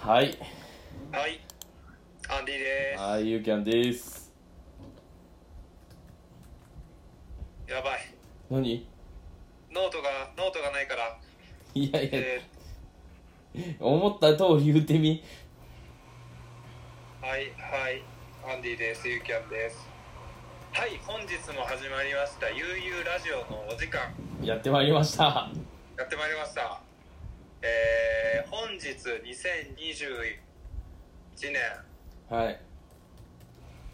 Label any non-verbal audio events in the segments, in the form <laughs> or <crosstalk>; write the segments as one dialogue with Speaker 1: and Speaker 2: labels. Speaker 1: はい
Speaker 2: はいアンディで
Speaker 1: はいゆうきゃんで
Speaker 2: す
Speaker 1: す
Speaker 2: やばい
Speaker 1: 何 <laughs>
Speaker 2: ノートがノートがないから
Speaker 1: いやいや
Speaker 2: え
Speaker 1: 思った通り言うてみ
Speaker 2: ーはいはいアンディですゆうきゃんですはい本日も始まりました「ゆうゆうラジオ」のお時間
Speaker 1: やってまいりました
Speaker 2: やってまいりましたえー、本日2021年
Speaker 1: はい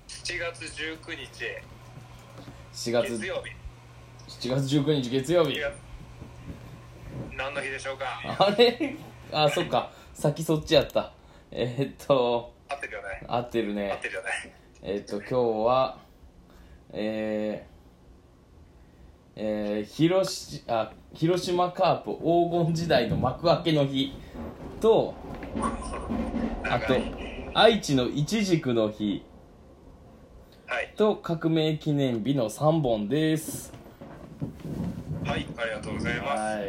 Speaker 2: 7月19日
Speaker 1: 4月
Speaker 2: 月曜日
Speaker 1: 7月19日月曜日
Speaker 2: いや何の日でしょうか
Speaker 1: あれ <laughs> あそっか先そっちやったえーっと
Speaker 2: 合ってるよね
Speaker 1: 合ってる
Speaker 2: 合っ
Speaker 1: ね
Speaker 2: てるよね
Speaker 1: えーっと今日はえーえー、広しあ広島カープ黄金時代の幕開けの日とあと
Speaker 2: 長い
Speaker 1: 愛知のいちじくの日
Speaker 2: はい
Speaker 1: と革命記念日の3本です
Speaker 2: はいありがとうございます
Speaker 1: い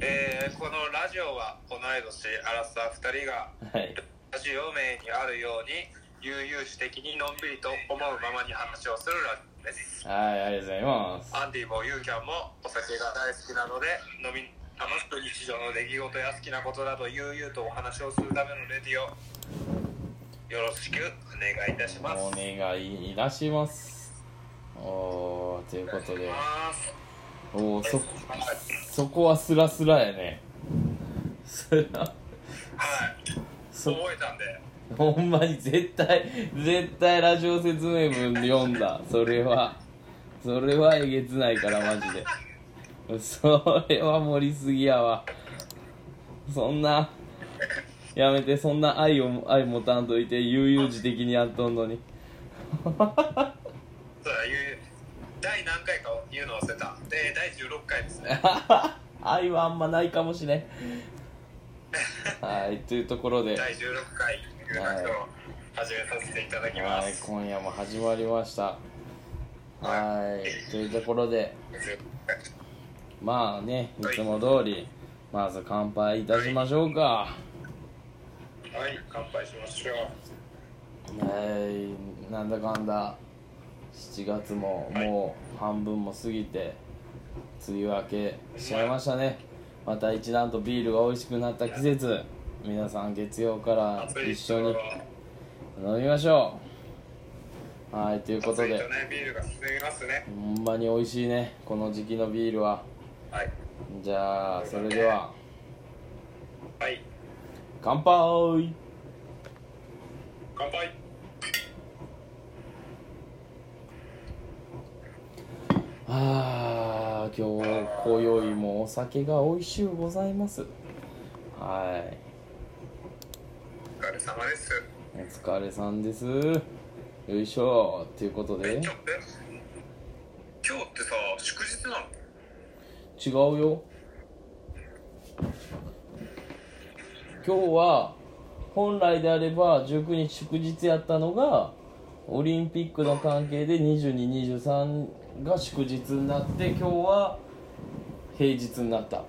Speaker 2: えーこのラジオは同い年アラサー2人が
Speaker 1: はい
Speaker 2: ラジオ名にあるように悠々私的にのんびりと思うままに話をするラジオです
Speaker 1: はいありがとうございます
Speaker 2: アンディもユーキャンもお酒が大好きなので飲み楽しく日常の出来事や好きなことなど悠々とお話をするためのレディオよろしくお願いいたします
Speaker 1: お願いいたしますおーということで
Speaker 2: ます
Speaker 1: おーそそこはスラスラやねスラ
Speaker 2: はい
Speaker 1: そ
Speaker 2: 覚えたんで
Speaker 1: ほんまに絶対絶対ラジオ説明文読んだそれはそれはえげつないからマジでそれは盛りすぎやわそんなやめてそんな愛を愛持たんといて悠々自適にやっとんのに <laughs>
Speaker 2: そうだ悠々第何回か言うの忘れたで第16回ですね
Speaker 1: 愛はあんまないかもしれんはいというところで、は
Speaker 2: 第16回「留学を始めさせていただきま
Speaker 1: い、
Speaker 2: す。
Speaker 1: 今夜も始まりましたはいというところでまあねいつも通りまず乾杯いたしましょうか
Speaker 2: はい、乾杯しましょう。
Speaker 1: はいなんだかんだ7月ももう半分も過ぎて梅雨明けしちゃいましたねまた一段とビールが美味しくなった季節皆さん月曜から
Speaker 2: 暑い
Speaker 1: 一
Speaker 2: と
Speaker 1: 緒に飲みましょうはいということ
Speaker 2: 暑い
Speaker 1: で
Speaker 2: とね、ビールが進みますね。
Speaker 1: ほんまに美味しいねこの時期のビールは
Speaker 2: はい、
Speaker 1: じゃあそれでは
Speaker 2: はい、
Speaker 1: 乾杯
Speaker 2: 乾杯。
Speaker 1: あー今日今宵もお酒が美味しゅうございますは
Speaker 2: お疲れ様です。
Speaker 1: いお疲れさんですよいしょということ
Speaker 2: え、
Speaker 1: で
Speaker 2: 今日って今日ってさ、祝日なの
Speaker 1: 違うよ今日は本来であれば19日祝日やったのがオリンピックの関係で2223が祝日になって今日は平日になった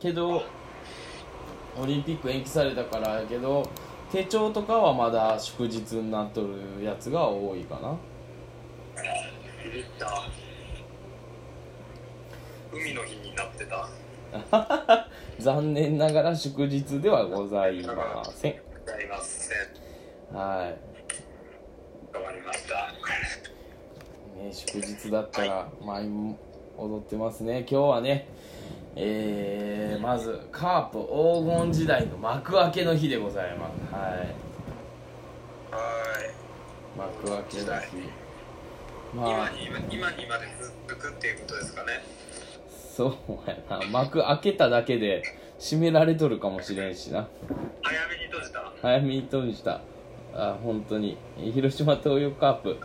Speaker 1: けどオリンピック延期されたからやけど手帳とかはまだ祝日になっとるやつが多いかな
Speaker 2: ビビった。海の日になってた。
Speaker 1: <laughs> 残念ながら祝日ではございません
Speaker 2: なりません。
Speaker 1: はい
Speaker 2: 変わりました。
Speaker 1: ね、祝日だったら舞も踊ってますね今日はねえー、まずカープ黄金時代の幕開けの日でございますはい
Speaker 2: はい。
Speaker 1: 幕開け
Speaker 2: 時
Speaker 1: の
Speaker 2: 代
Speaker 1: 日ま
Speaker 2: 今
Speaker 1: あ
Speaker 2: に今にまで続くっていうことですかね。
Speaker 1: そうやな幕開けただけで閉められとるかもしれんしな
Speaker 2: 早めに閉じた。
Speaker 1: 早めに閉じたあ本当に広島東洋カープ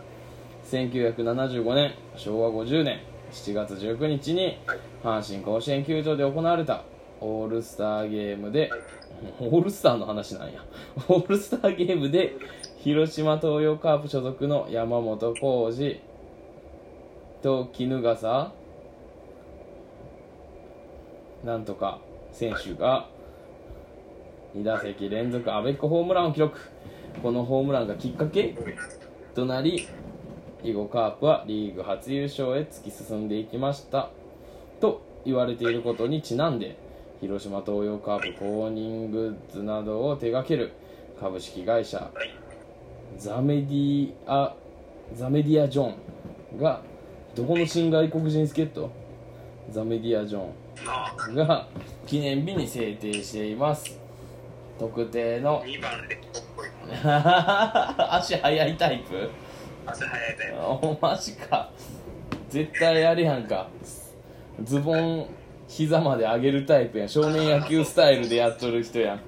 Speaker 1: 1975年昭和50年7月19日に
Speaker 2: はい
Speaker 1: 阪神甲子園球場で行われたオールスターゲームで
Speaker 2: はい
Speaker 1: オールスターの話なんやオールスターゲームで広島東洋カープ所属の山本浩二と衣笠なんとか選手が2打席連続アベックホームランを記録このホームランがきっかけとなり以後カープはリーグ初優勝へ突き進んでいきましたと言われていることにちなんで広島東洋カープ公認グッズなどを手掛ける株式会社
Speaker 2: はい
Speaker 1: ザメディア・ザメディア・ジョンがどこの新外国人助っ人ザメディア・ジョン
Speaker 2: あ
Speaker 1: が記念日に制定しています特定の
Speaker 2: 2番レフトっぽいもの
Speaker 1: <laughs> 足速いタイプ
Speaker 2: 足早いタイ
Speaker 1: おマジか絶対あれやんかズボン膝まで上げるタイプやん少年野球スタイルでやっとる人やん
Speaker 2: プ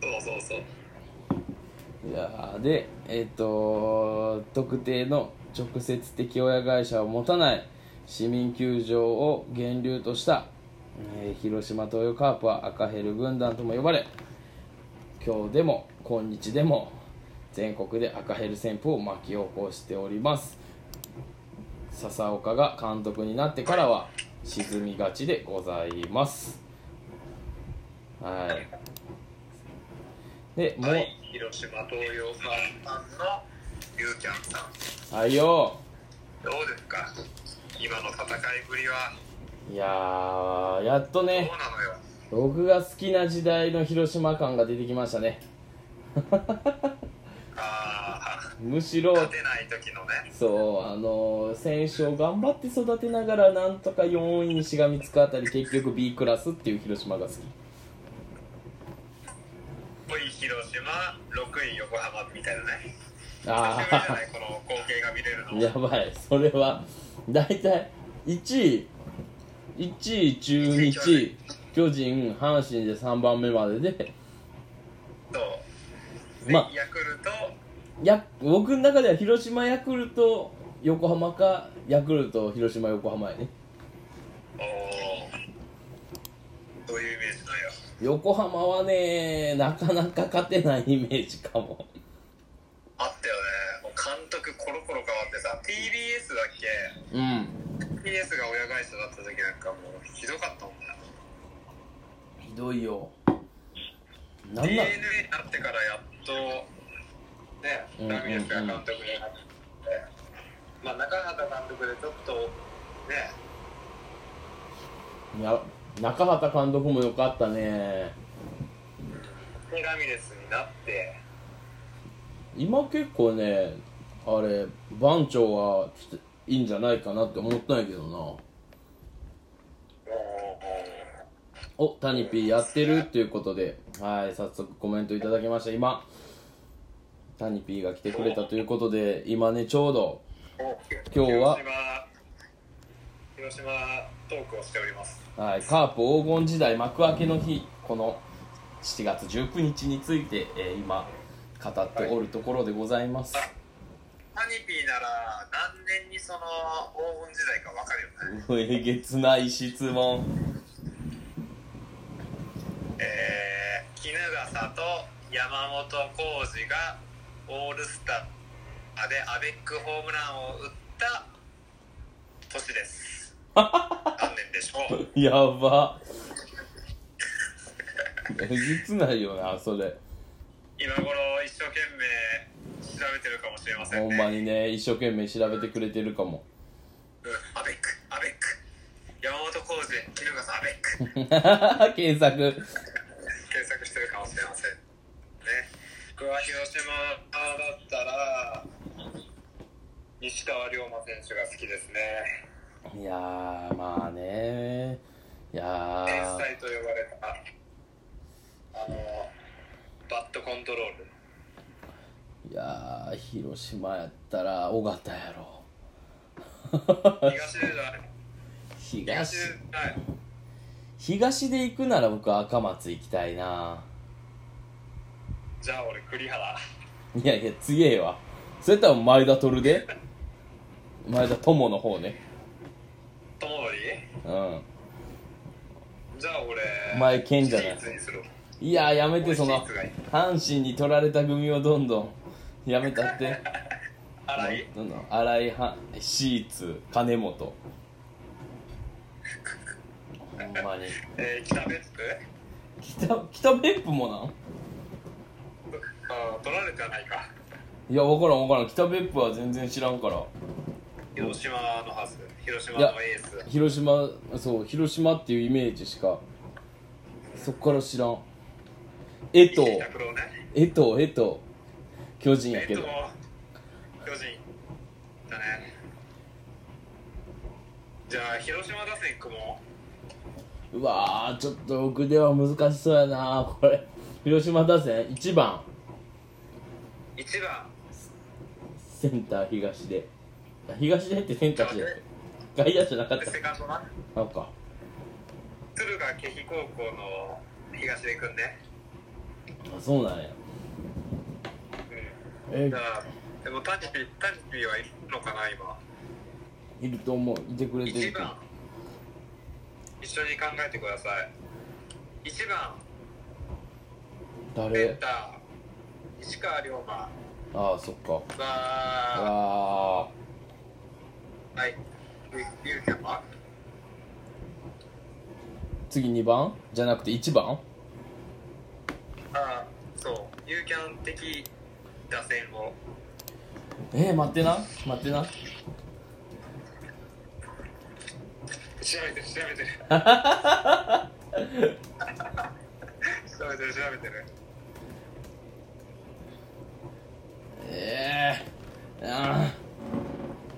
Speaker 2: そうそうそう
Speaker 1: いやーでえっ、と特定の直接的親会社を持たない市民球場を源流とした、えー広島東洋カープは赤ヘル軍団とも呼ばれ今日でも今日でも全国で赤ヘル旋風を巻き起こしております笹岡が監督になってからは沈みがちでございますはいでもう
Speaker 2: はい広島東洋カープさんのゆうきゃんさん
Speaker 1: はいよ
Speaker 2: どうですか今の戦いぶりはい
Speaker 1: やーやっ
Speaker 2: ど
Speaker 1: と
Speaker 2: うな
Speaker 1: ね
Speaker 2: のよ
Speaker 1: 僕が好きな時代の広島感が出てきましたね
Speaker 2: ああ
Speaker 1: むしろ
Speaker 2: 勝てない時のね
Speaker 1: そうあのー選手を頑張って育てながらなんとか4位にしがみつくあたり結局 B クラスっていう広島が好き
Speaker 2: 5位広島6位横浜みたいなね久しぶりじゃ
Speaker 1: あ
Speaker 2: ないこの光景が見れるの
Speaker 1: あ <laughs> やばいそれは大体1位1位中日巨人阪神で3番目までで
Speaker 2: そう、
Speaker 1: まあ
Speaker 2: ヤクルト
Speaker 1: や僕の中では広島ヤクルト横浜かヤクルト広島横浜やね
Speaker 2: おおどういうイメージなんよ
Speaker 1: 横浜はねなかなか勝てないイメージかも
Speaker 2: あったよねもう監督コロコロ変わってさ TBS だっけ
Speaker 1: うん
Speaker 2: TBS が親会社だった時なんかもうひどかったもんね
Speaker 1: ひどいよなんなん
Speaker 2: DNA になってからやっとね
Speaker 1: うんうんうん
Speaker 2: ラミレスが監督になって、まあ、中畑監督でちょっとね
Speaker 1: いや中畑監督もよかったね
Speaker 2: でラミレスになって
Speaker 1: 今結構ねあれ番長はちょっといいんじゃないかなって思ったんやけど
Speaker 2: もう
Speaker 1: なおタニピーやってるっていうことではい早速コメントいただきました今タニピーが来てくれたということで今ねちょうど
Speaker 2: 今
Speaker 1: 日は
Speaker 2: 広島広島トークをしております
Speaker 1: はい、カープ黄金時代幕開けの日この7月19日について、えー今語っておるところでございます、
Speaker 2: ハニピーなら何年にその黄金時代か分かるよね
Speaker 1: うえげつない質問 <laughs>
Speaker 2: えー、衣笠と山本浩二がオールスターでアベックホームランを打った年です何年でし
Speaker 1: <laughs>
Speaker 2: ょう
Speaker 1: やばえげつないよなそれ
Speaker 2: 今頃一生懸命調べてるかもしれません
Speaker 1: ほん
Speaker 2: ね
Speaker 1: まにね一生懸命調べてくれてるかも <laughs>
Speaker 2: うんアベックアベック山本浩二衣笠アベック
Speaker 1: 検索
Speaker 2: 検索してるかもしれませんね僕は広島だったら西川龍馬選手が好きですね
Speaker 1: いやーまあねいや
Speaker 2: 天
Speaker 1: ー
Speaker 2: 才と呼ばれたあのバットコントロール
Speaker 1: いやー広島やったら尾形やろ
Speaker 2: 東出じゃない東
Speaker 1: <laughs> 東
Speaker 2: 出じゃない
Speaker 1: 東で行くなら僕は赤松行きたいな
Speaker 2: じゃあ俺栗原
Speaker 1: いやいや強えわそれとは前田徹で前田友の方ね
Speaker 2: 友則
Speaker 1: うん
Speaker 2: じじゃあ俺
Speaker 1: お前剣じゃない
Speaker 2: シーズにするわ
Speaker 1: いややめて
Speaker 2: 俺シ
Speaker 1: その
Speaker 2: ーズがいい
Speaker 1: 阪神に取られた組をどんどんやめたって
Speaker 2: 荒い
Speaker 1: どんどん新井はシーツ金本ほんまに
Speaker 2: えー、北別府
Speaker 1: 北北別府もなん
Speaker 2: あー取られてはないか
Speaker 1: いや分からん分からん北別府は全然知らんから
Speaker 2: 広島のはず広島のエース
Speaker 1: 広島そう広島っていうイメージしかそっから知らん江藤
Speaker 2: 石井拓郎ね
Speaker 1: 江藤江藤巨人や
Speaker 2: え
Speaker 1: け
Speaker 2: っと
Speaker 1: ど
Speaker 2: 巨人だねじゃあ広島打線組も
Speaker 1: うわーちょっと僕では難しそうやなこれ広島打線1番
Speaker 2: う1番
Speaker 1: センター東であ東でってセンターじゃない外野じゃなかっ
Speaker 2: でセカンドな
Speaker 1: たなんか
Speaker 2: 敦賀気比高校の東出君ね、
Speaker 1: あそうなんや
Speaker 2: う
Speaker 1: え
Speaker 2: ん、じゃあでもタニピタニピはいるのかな今
Speaker 1: いると思ういてくれて
Speaker 2: 1
Speaker 1: ると
Speaker 2: 番一緒に考えてください1番セン
Speaker 1: 誰
Speaker 2: ター石川龍馬
Speaker 1: ああそっか
Speaker 2: は
Speaker 1: ああ
Speaker 2: はいゆゆうきゃま
Speaker 1: 次2番じゃなくて1番
Speaker 2: ああそうユーキャン的打線を
Speaker 1: えー、待ってな待ってな
Speaker 2: 調べてる調べてる調べてる調べてる
Speaker 1: ええあ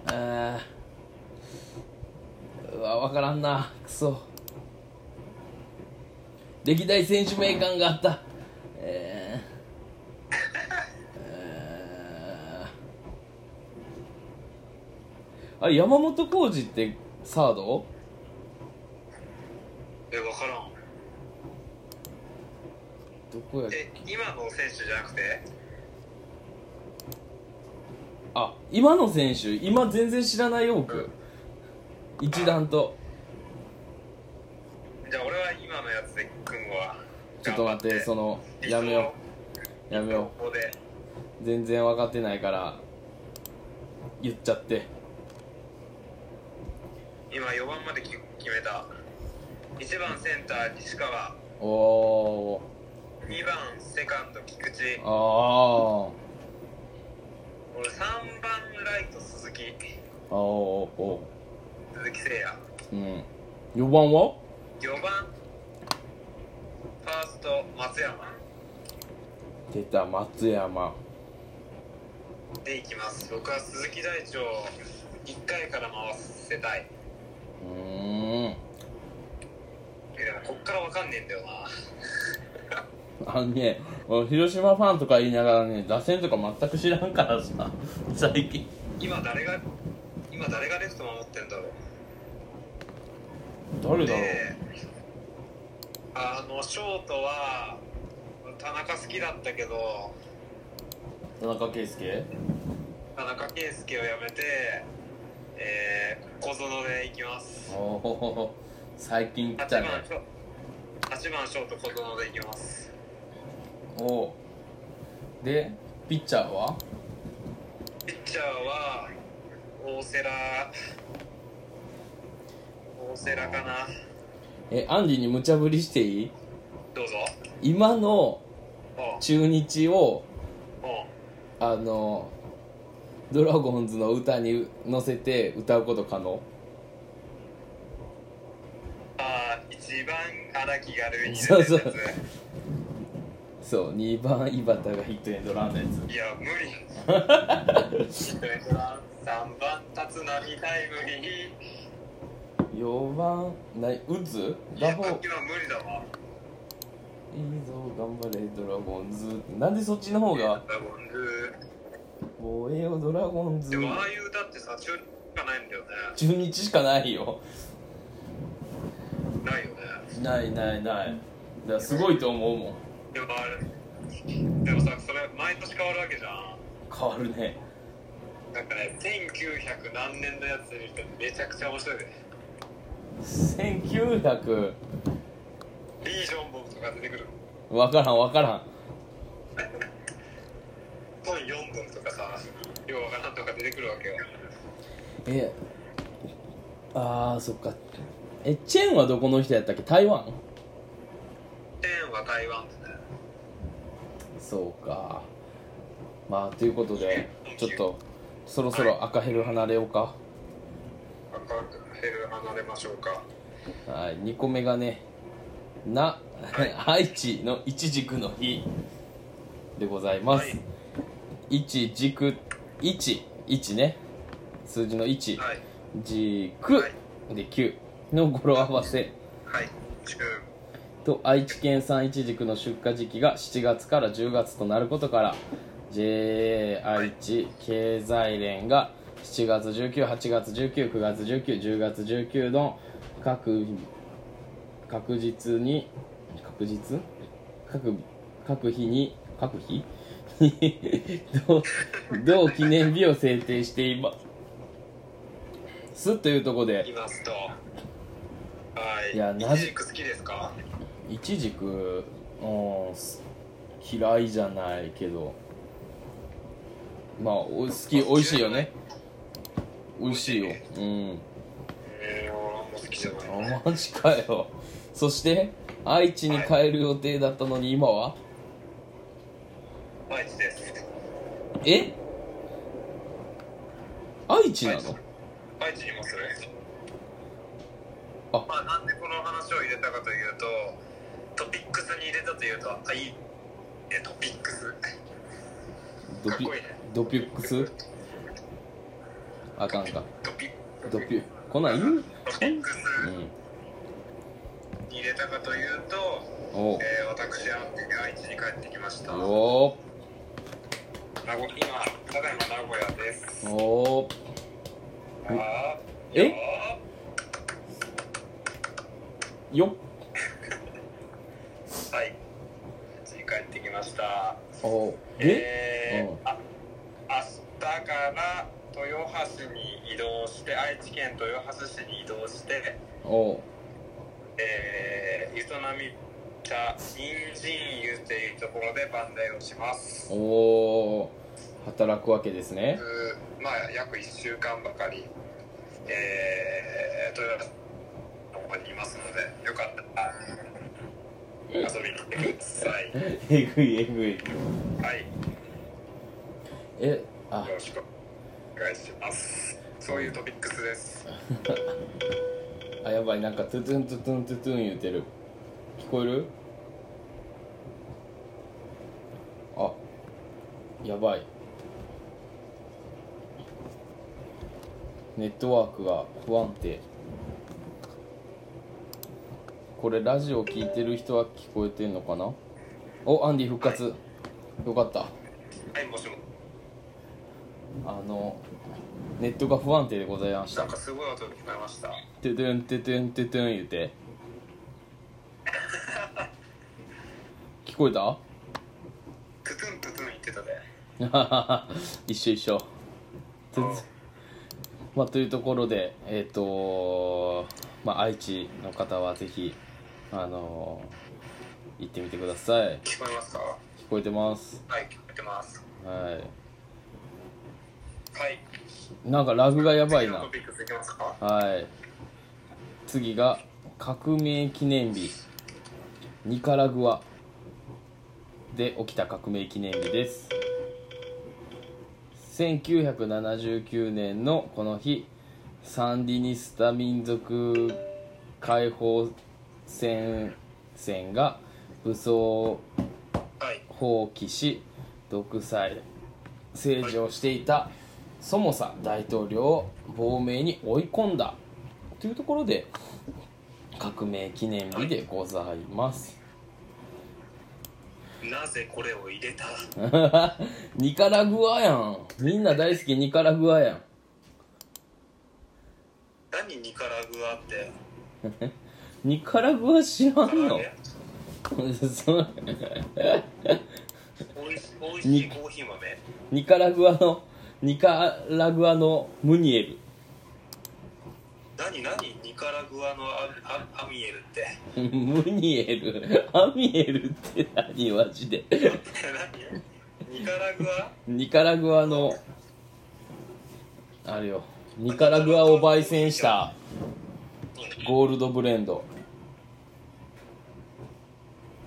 Speaker 1: ーあーうわ分からんなクソ歴代選手名鑑があったえーえーあれ山本浩二ってサード
Speaker 2: え分からん
Speaker 1: どこや
Speaker 2: え今の選手じゃなくて
Speaker 1: あ今の選手今全然知らないよ僕一段と
Speaker 2: じゃあ俺は今のやつで組むわ
Speaker 1: ちょっと待ってそ
Speaker 2: の
Speaker 1: のやめようやめよう
Speaker 2: ここで
Speaker 1: 全然分かってないから言っちゃって
Speaker 2: 今4番までき決めた1番センター西川
Speaker 1: おお
Speaker 2: 2番セカンド菊池
Speaker 1: ーあ
Speaker 2: 俺3番ライト鈴木
Speaker 1: ーあーおーお
Speaker 2: 鈴木誠也
Speaker 1: ーうん4番は
Speaker 2: 4番ファースト松山
Speaker 1: 出た松山
Speaker 2: でいきます僕は鈴木大地を1回から回せたいう
Speaker 1: ーん
Speaker 2: えでもこっからわかんねえんだよな
Speaker 1: あのね俺広島ファンとか言いながらね打線とか全く知らんからさ <laughs> 最近
Speaker 2: 今誰が今誰がレフト守ってんだろう
Speaker 1: 誰だろ
Speaker 2: であのショートは田中好きだったけど
Speaker 1: う田中圭介
Speaker 2: 田中圭介をやめて、えー小園でいきます
Speaker 1: おお最近来
Speaker 2: 8
Speaker 1: た
Speaker 2: 番
Speaker 1: ね
Speaker 2: ショ8番ショート小園でいきます
Speaker 1: おおーでピッチャーは
Speaker 2: ピッチャーは大瀬良大瀬良かな
Speaker 1: えアンディに無茶ぶりしていい
Speaker 2: どうぞ
Speaker 1: 今の
Speaker 2: おう
Speaker 1: 中日を
Speaker 2: おう
Speaker 1: あのドラゴンズの歌に乗せて歌うこと可能
Speaker 2: あー一番荒木が塁に出て
Speaker 1: そう
Speaker 2: る
Speaker 1: そう
Speaker 2: や
Speaker 1: そう2番井端がヒットエンドランのや
Speaker 2: ついや無理3番立浪タイムリー
Speaker 1: つ4番ない打つラボい
Speaker 2: 今無
Speaker 1: いぞ
Speaker 2: 理だわ
Speaker 1: 頑張れドラゴンズなんでそっちの方が
Speaker 2: ドラゴンズ
Speaker 1: 防衛をドラゴンズ
Speaker 2: でもああいう歌ってさ中日がないんだよね
Speaker 1: 中日しかないよ
Speaker 2: ないよね
Speaker 1: ないないないだからすごいと思うもん
Speaker 2: でもあれでもさそれ毎年変わるわけじゃん
Speaker 1: 変わるね
Speaker 2: なんかね1900何年のやつ見るとめちゃくちゃ面白いね
Speaker 1: 1900
Speaker 2: リージョンボムとか出てくるの
Speaker 1: 分からん分からん
Speaker 2: トン4本とかさようわからんとか出てくるわけよ
Speaker 1: えあーそっかえチェンはどこの人やったっけ台湾
Speaker 2: チェーンは台湾ですね
Speaker 1: そうかまあということでちょっとそろそろ赤ヘル離れようか
Speaker 2: 赤くヘル離れましょうか
Speaker 1: はい2個目がねな <laughs> 愛知のいちじくの日でございま
Speaker 2: は
Speaker 1: す
Speaker 2: い
Speaker 1: いちじくいちいちね数字の1
Speaker 2: はい
Speaker 1: じく
Speaker 2: はい
Speaker 1: で9の語呂合わせ
Speaker 2: はい中
Speaker 1: と愛知県産いちじくの出荷時期が7月から10月となることから JA 愛知経済連が7月198月199月19110月19の各確実に確実各各日に各日同同記念日を制定していますというところで
Speaker 2: いますとはい
Speaker 1: いやな
Speaker 2: イチジク好きですか
Speaker 1: いちじくうんす嫌いじゃないけどまあお好き美味しいよね美味しいようん
Speaker 2: えー、俺はあんま好きじゃない
Speaker 1: あマジかよそして愛知に帰る予定だったのに今は
Speaker 2: 愛知です
Speaker 1: え愛知な
Speaker 2: 愛知
Speaker 1: の
Speaker 2: 愛知にもする
Speaker 1: あ
Speaker 2: まあなんでこの話を入れたかというとトピックスに入れたというとあいいえトピックス
Speaker 1: ド
Speaker 2: かっ
Speaker 1: ピ
Speaker 2: こいいね
Speaker 1: ドピュックスあかんか
Speaker 2: トピ
Speaker 1: ドピュこんなん言う
Speaker 2: トピックス
Speaker 1: うん
Speaker 2: に入れたかというと、
Speaker 1: おう
Speaker 2: えー、私は愛知に帰ってきました名古
Speaker 1: おう
Speaker 2: 今ただいま名古屋です
Speaker 1: おう
Speaker 2: あー
Speaker 1: え
Speaker 2: よー
Speaker 1: よっ
Speaker 2: はい、家に帰ってきました。
Speaker 1: おうで
Speaker 2: え
Speaker 1: うん
Speaker 2: ー、あ明日から豊橋に移動して、愛知県豊橋市に移動して、
Speaker 1: おう
Speaker 2: えー、ゆとなみ茶人参湯っていうところで番台をします。
Speaker 1: おお働くわけですね
Speaker 2: うーまあ、約1週間ばかり、えー、豊橋の方にいますので、よかったら遊びに来てください。
Speaker 1: えぐいえぐい
Speaker 2: はい
Speaker 1: えあ
Speaker 2: よろしくお願いします。そういうトピックスです。
Speaker 1: あやばいなんかトゥトゥントゥトゥントゥトゥン言うてる聞こえるあやばいネットワークが不安定これラジオ聞いてる人は聞こえてんのかなおアンディ復活よかった
Speaker 2: はい、もしも。
Speaker 1: あのネットが不安定でございました
Speaker 2: なんかすごい音が聞こえました。
Speaker 1: トゥトゥントゥトゥントゥトゥン言うて聞こえた <laughs>
Speaker 2: トゥトゥントゥトゥン言ってたで。
Speaker 1: 一緒一緒トゥまあというところでえっ、とまあ愛知の方はぜひあの行ってみてください
Speaker 2: 聞こえますかは
Speaker 1: 聞こえてます
Speaker 2: い、聞こえてます。
Speaker 1: は
Speaker 2: はい。
Speaker 1: いなんかラグがやばい
Speaker 2: 次
Speaker 1: な
Speaker 2: のトピックスいきますか
Speaker 1: はい次が革命記念日ニカラグアで起きた革命記念日です1979年のこの日サンディニスタ民族解放戦線が武装
Speaker 2: はい。
Speaker 1: 放棄し独裁政治をしていたソモサ大統領を亡命に追い込んだというところで革命記念日でございます <laughs>
Speaker 2: なぜこれを入れた
Speaker 1: ニカラグアやんみんな大好きニカラグアやん
Speaker 2: 何ニカラグアって。
Speaker 1: ニカラグア知らんの
Speaker 2: 唐揚
Speaker 1: そう
Speaker 2: げ美味し美味しいコーヒー豆。
Speaker 1: <laughs> ニカラグアのニカラグアのムニエル
Speaker 2: 何何何ニカラグアのアアアミエルって
Speaker 1: <laughs> ムニエルアミエルって何マジで
Speaker 2: 何ニカラグア
Speaker 1: ニカラグアのあれよニカラグアを焙煎したゴールドブレンド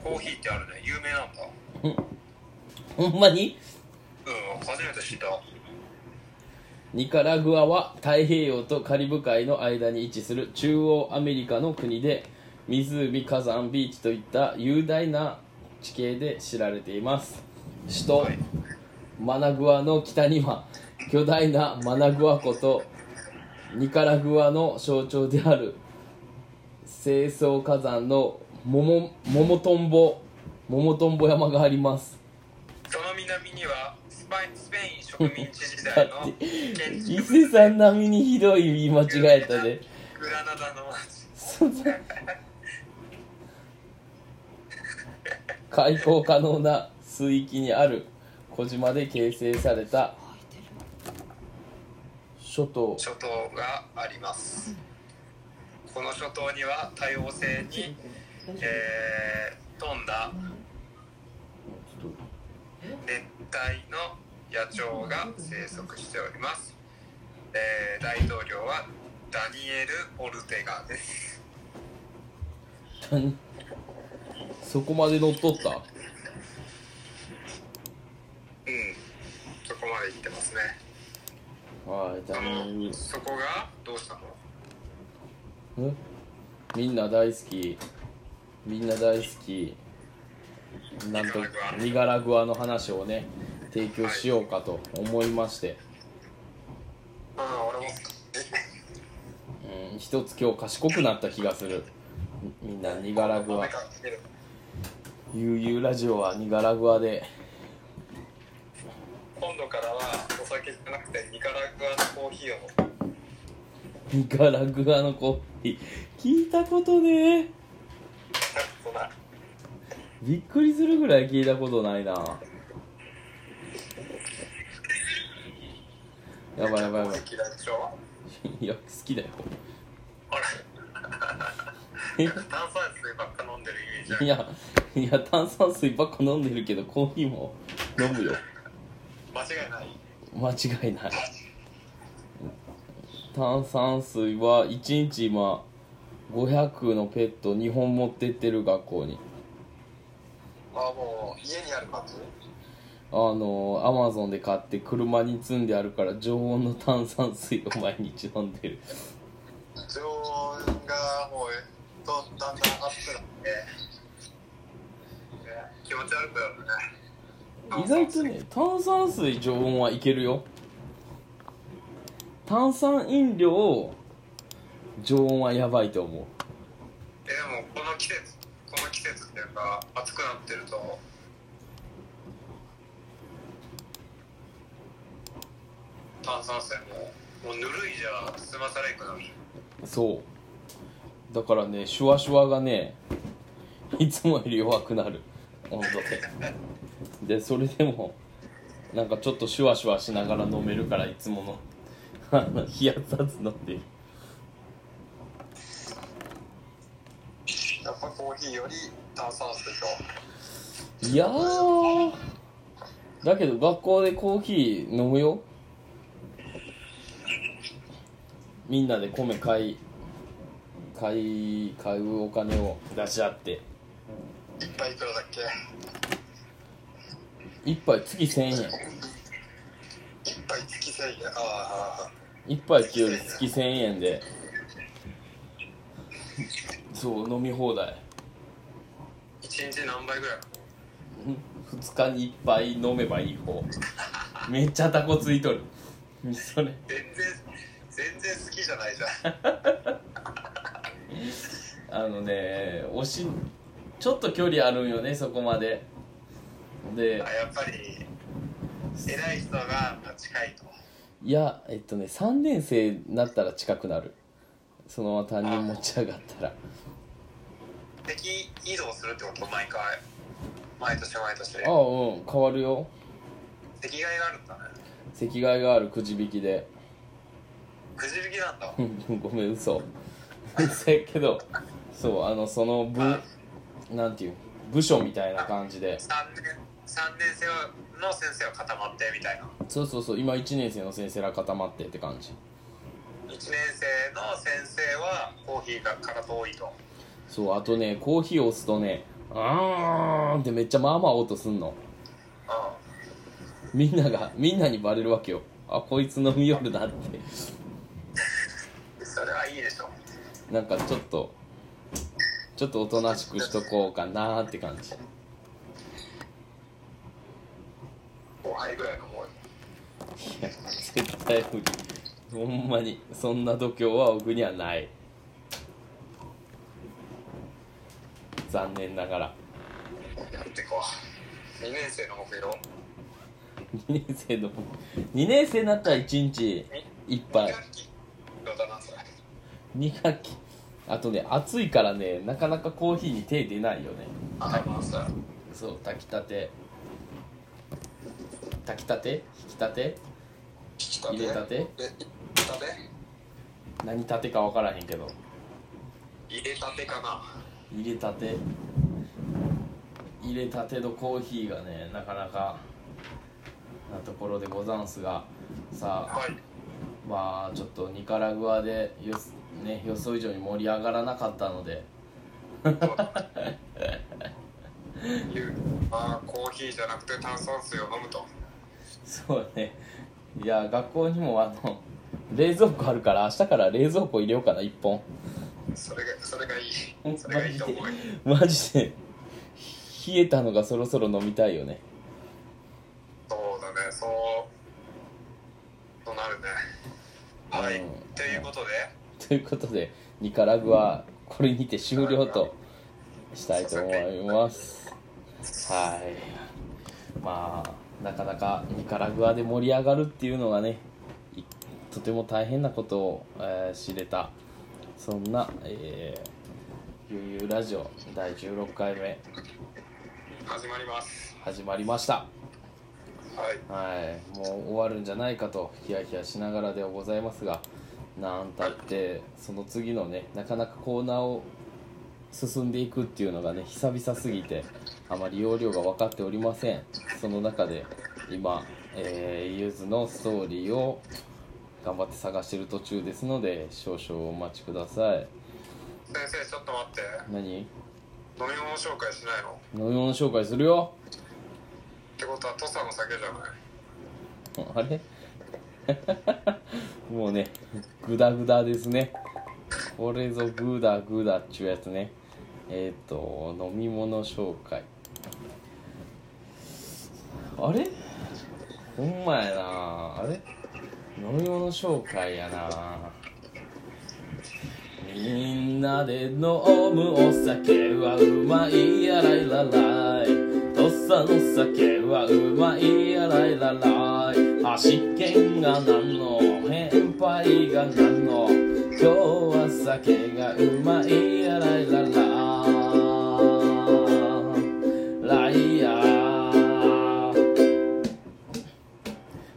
Speaker 2: コーヒーってあるね有名なんだ
Speaker 1: ほんまに
Speaker 2: うん初めて知った
Speaker 1: ニカラグアは太平洋とカリブ海の間に位置する中央アメリカの国で湖火山ビーチといった雄大な地形で知られています首都
Speaker 2: はい
Speaker 1: マナグアの北には巨大なマナグア湖とニカラグアの象徴である清掃火山のモモモモトンボモモトンボ山があります
Speaker 2: その南にはスパイスペイン植民地時
Speaker 1: だ
Speaker 2: 代
Speaker 1: っ
Speaker 2: の
Speaker 1: て
Speaker 2: 建
Speaker 1: 伊
Speaker 2: 築
Speaker 1: 勢さん並みにひどい言い間違えたで
Speaker 2: グラナダの街
Speaker 1: <laughs> 開放可能な水域にある小島で形成された諸島
Speaker 2: 諸島がありますこの諸島には多様性に、えー富んだ熱帯の野鳥が生息しております、えー大統領はダニエル・オルテガです
Speaker 1: 何そこまで乗っと
Speaker 2: うん
Speaker 1: った
Speaker 2: そこまで行ってますね
Speaker 1: はいダ
Speaker 2: あ
Speaker 1: ニエ
Speaker 2: のそこがどうしたの
Speaker 1: ルんみんな大好きみんな大好きなんとニガラグアの話をね提供しようかと思いまして、
Speaker 2: ああ俺 <laughs> も
Speaker 1: うん、一つ今日賢くなった気がするみみんなニガラグア悠々ラジオはニガラグアで
Speaker 2: 今度からはお酒じゃなくてニカラグアのコーヒーを飲む
Speaker 1: ニガラグアのコーヒー聞いたことねえ
Speaker 2: そうだ
Speaker 1: びっくりするぐらい聞いたことないなやばいやばいや
Speaker 2: コ
Speaker 1: ば
Speaker 2: ー
Speaker 1: い
Speaker 2: ヒー嫌いでしょ
Speaker 1: いや好きだよ
Speaker 2: あれ
Speaker 1: え
Speaker 2: 炭酸水ばっか飲んでるイメージあ
Speaker 1: い
Speaker 2: る
Speaker 1: やいや炭酸水ばっか飲んでるけどコーヒーも飲むよ
Speaker 2: 間違いない
Speaker 1: 間違いない炭酸水は1日今500のペット2本持ってってる学校に
Speaker 2: あもう家にある感じ
Speaker 1: あのアマゾンで買って車に積んであるから常温の炭酸水を毎日飲んでる
Speaker 2: 常温がもうどんだんだん熱くなって、ね気持ち悪くなるね
Speaker 1: 意外とね炭酸水常温はいけるよ炭酸飲料を常温はやばいと思う
Speaker 2: えでもこの季節この季節っていうか暑くなってると炭酸水ももうぬるいじゃ済まされんくなる
Speaker 1: そうだからねシュワシュワがねいつもより弱くなる温度ででそれでもなんかちょっとシュワシュワしながら飲めるからいつもの <laughs> あの冷やさず飲んでる
Speaker 2: やっぱコーヒーより炭酸水と
Speaker 1: いやーだけど学校でコーヒー飲むよみんなで米買い買い買うお金を出し合って
Speaker 2: 一杯いくらだっけ
Speaker 1: 一杯月1000円
Speaker 2: 一杯月1000円あ
Speaker 1: 一杯っていうより月1000円でそう飲み放題
Speaker 2: あ一日何杯ぐらい
Speaker 1: 2日に1杯飲めばいい方めっちゃタコついとるそれ
Speaker 2: 全然全然好きじゃないじゃん <laughs>
Speaker 1: あのねおしちょっと距離あるんよねそこまでで
Speaker 2: あやっぱり偉い人が近いと
Speaker 1: いやえっとね3年生になったら近くなるそのまま担任持ち上がったら
Speaker 2: 敵移動するってこと毎回毎年毎年
Speaker 1: ああうん変わるよ
Speaker 2: 席替えがあるんだね
Speaker 1: 席替えがあるくじ引きで
Speaker 2: くじ引きなんだ
Speaker 1: うんごめん嘘嘘やけどそうあのその部なんていう部署みたいな感じで
Speaker 2: 3年三年生の先生は固まってみたいな
Speaker 1: そうそうそう今1年生の先生ら固まってって感じ
Speaker 2: 1年生の先生はコーヒーがから遠いと
Speaker 1: そうあとねコーヒーを押すとねあーんってめっちゃまあまあ音すんの
Speaker 2: う
Speaker 1: みんながみんなにバレるわけよあこいつ飲みよるなっ
Speaker 2: ん
Speaker 1: て
Speaker 2: それはいいでしょ
Speaker 1: なんかちょっとちょっとおとなしくしとこうかなーって感じ
Speaker 2: 後輩ぐらいのもん
Speaker 1: いや絶対無理ほんまにそんな度胸は僕にはない残念ながら
Speaker 2: やってこう2年生の目標
Speaker 1: 2年生の2年生になったら1日1杯
Speaker 2: 2学期どうだなそれ
Speaker 1: 2学期あとね暑いからねなかなかコーヒーに手出ないよね
Speaker 2: あまあさ
Speaker 1: そう炊きたて炊きたて引きたて
Speaker 2: 引きた
Speaker 1: 入れたて
Speaker 2: え入れたて
Speaker 1: 何たてか分からへんけど
Speaker 2: 入れたてかな
Speaker 1: 入れたて入れたてのコーヒーがねなかなかなところでござんすがさあ
Speaker 2: はい
Speaker 1: まあちょっとニカラグアでよす、ね、予想以上に盛り上がらなかったので
Speaker 2: いうあーコーヒーじゃなくて炭酸水を飲むと
Speaker 1: そうねいや学校にもあの冷蔵庫あるから明日から冷蔵庫入れようかな1本
Speaker 2: それがそれがい
Speaker 1: マ
Speaker 2: い
Speaker 1: ジ
Speaker 2: そ
Speaker 1: で
Speaker 2: れがいいと思うよ
Speaker 1: マジで冷えたのがそろそろ飲みたいよね
Speaker 2: そうだねそうとなるねは
Speaker 1: う
Speaker 2: い
Speaker 1: ん
Speaker 2: ということで
Speaker 1: <laughs> ということでニカラグアこれにて終了としたいと思いますはいまあなかなかニカラグアで盛り上がるっていうのがねいとても大変なことを、えー知れたそんな、えー、ゆうゆうラジオ第16回目
Speaker 2: 始まります
Speaker 1: 始まりました
Speaker 2: はい
Speaker 1: はい、もう終わるんじゃないかとヒヤヒヤしながらではございますがなんたってその次のねなかなかコーナーを進んでいくっていうのがね久々すぎてあまり容量が分かっておりませんその中で今、えー、ゆずのストーリーを頑張って探してる途中ですので少々お待ちください
Speaker 2: 先生ちょっと待って
Speaker 1: 何飲
Speaker 2: 飲み物紹介しないの
Speaker 1: み物紹介するよ
Speaker 2: ってことは土佐の酒じゃない
Speaker 1: あれ <laughs> もうねグダグダですねこれぞグダグダっちゅうやつねえっ、と飲み物紹介あれほんまやなあれ飲み物紹介やなみんなで飲むお酒はうまいやらいららいとっさの酒はうまいやらいららい足剣が何の変配が何の今日は酒がうまいやらいららライヤー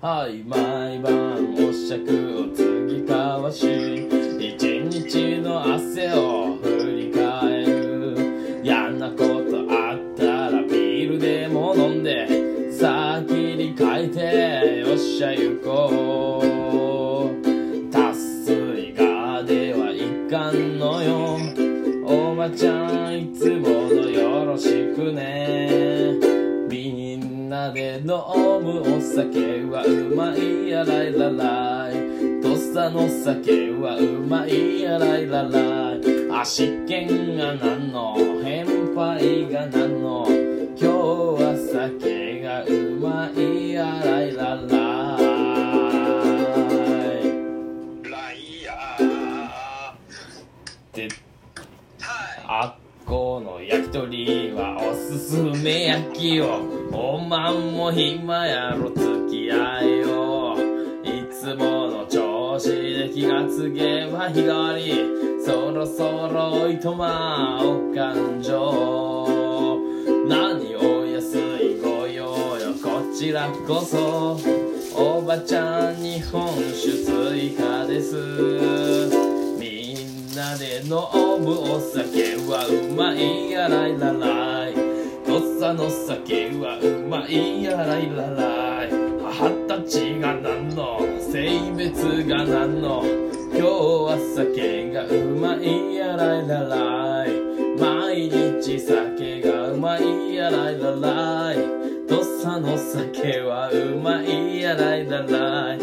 Speaker 1: はい、毎晩お酌を継ぎ交わし一日の汗を振り返る嫌なことあったらビールでも飲んで先に書いてよっしゃ行こう達水がではいかんのよおばちゃんいつものよろしくねみんなで飲むお酒はうまいやらいららいとっさの酒はうまいやらいららい足剣が何の変配が何の今日は酒がうまいやらいららい
Speaker 2: ライアー
Speaker 1: で
Speaker 2: はい
Speaker 1: あっこの焼き鳥はおすすめ焼きよおまんも暇やろ付き合いよいつもの調子で気がつけば日替わりそろそろいとまお感情何を安いご用よこちらこそおばちゃん日本酒追加ですみんなで飲むお酒はうまいやらいららい土佐の酒はうまいやらいららい母たちが何の性別が何の今日は酒がうまいやらいららい毎日酒がうまいやらいららい土佐の酒はうまいやらいららい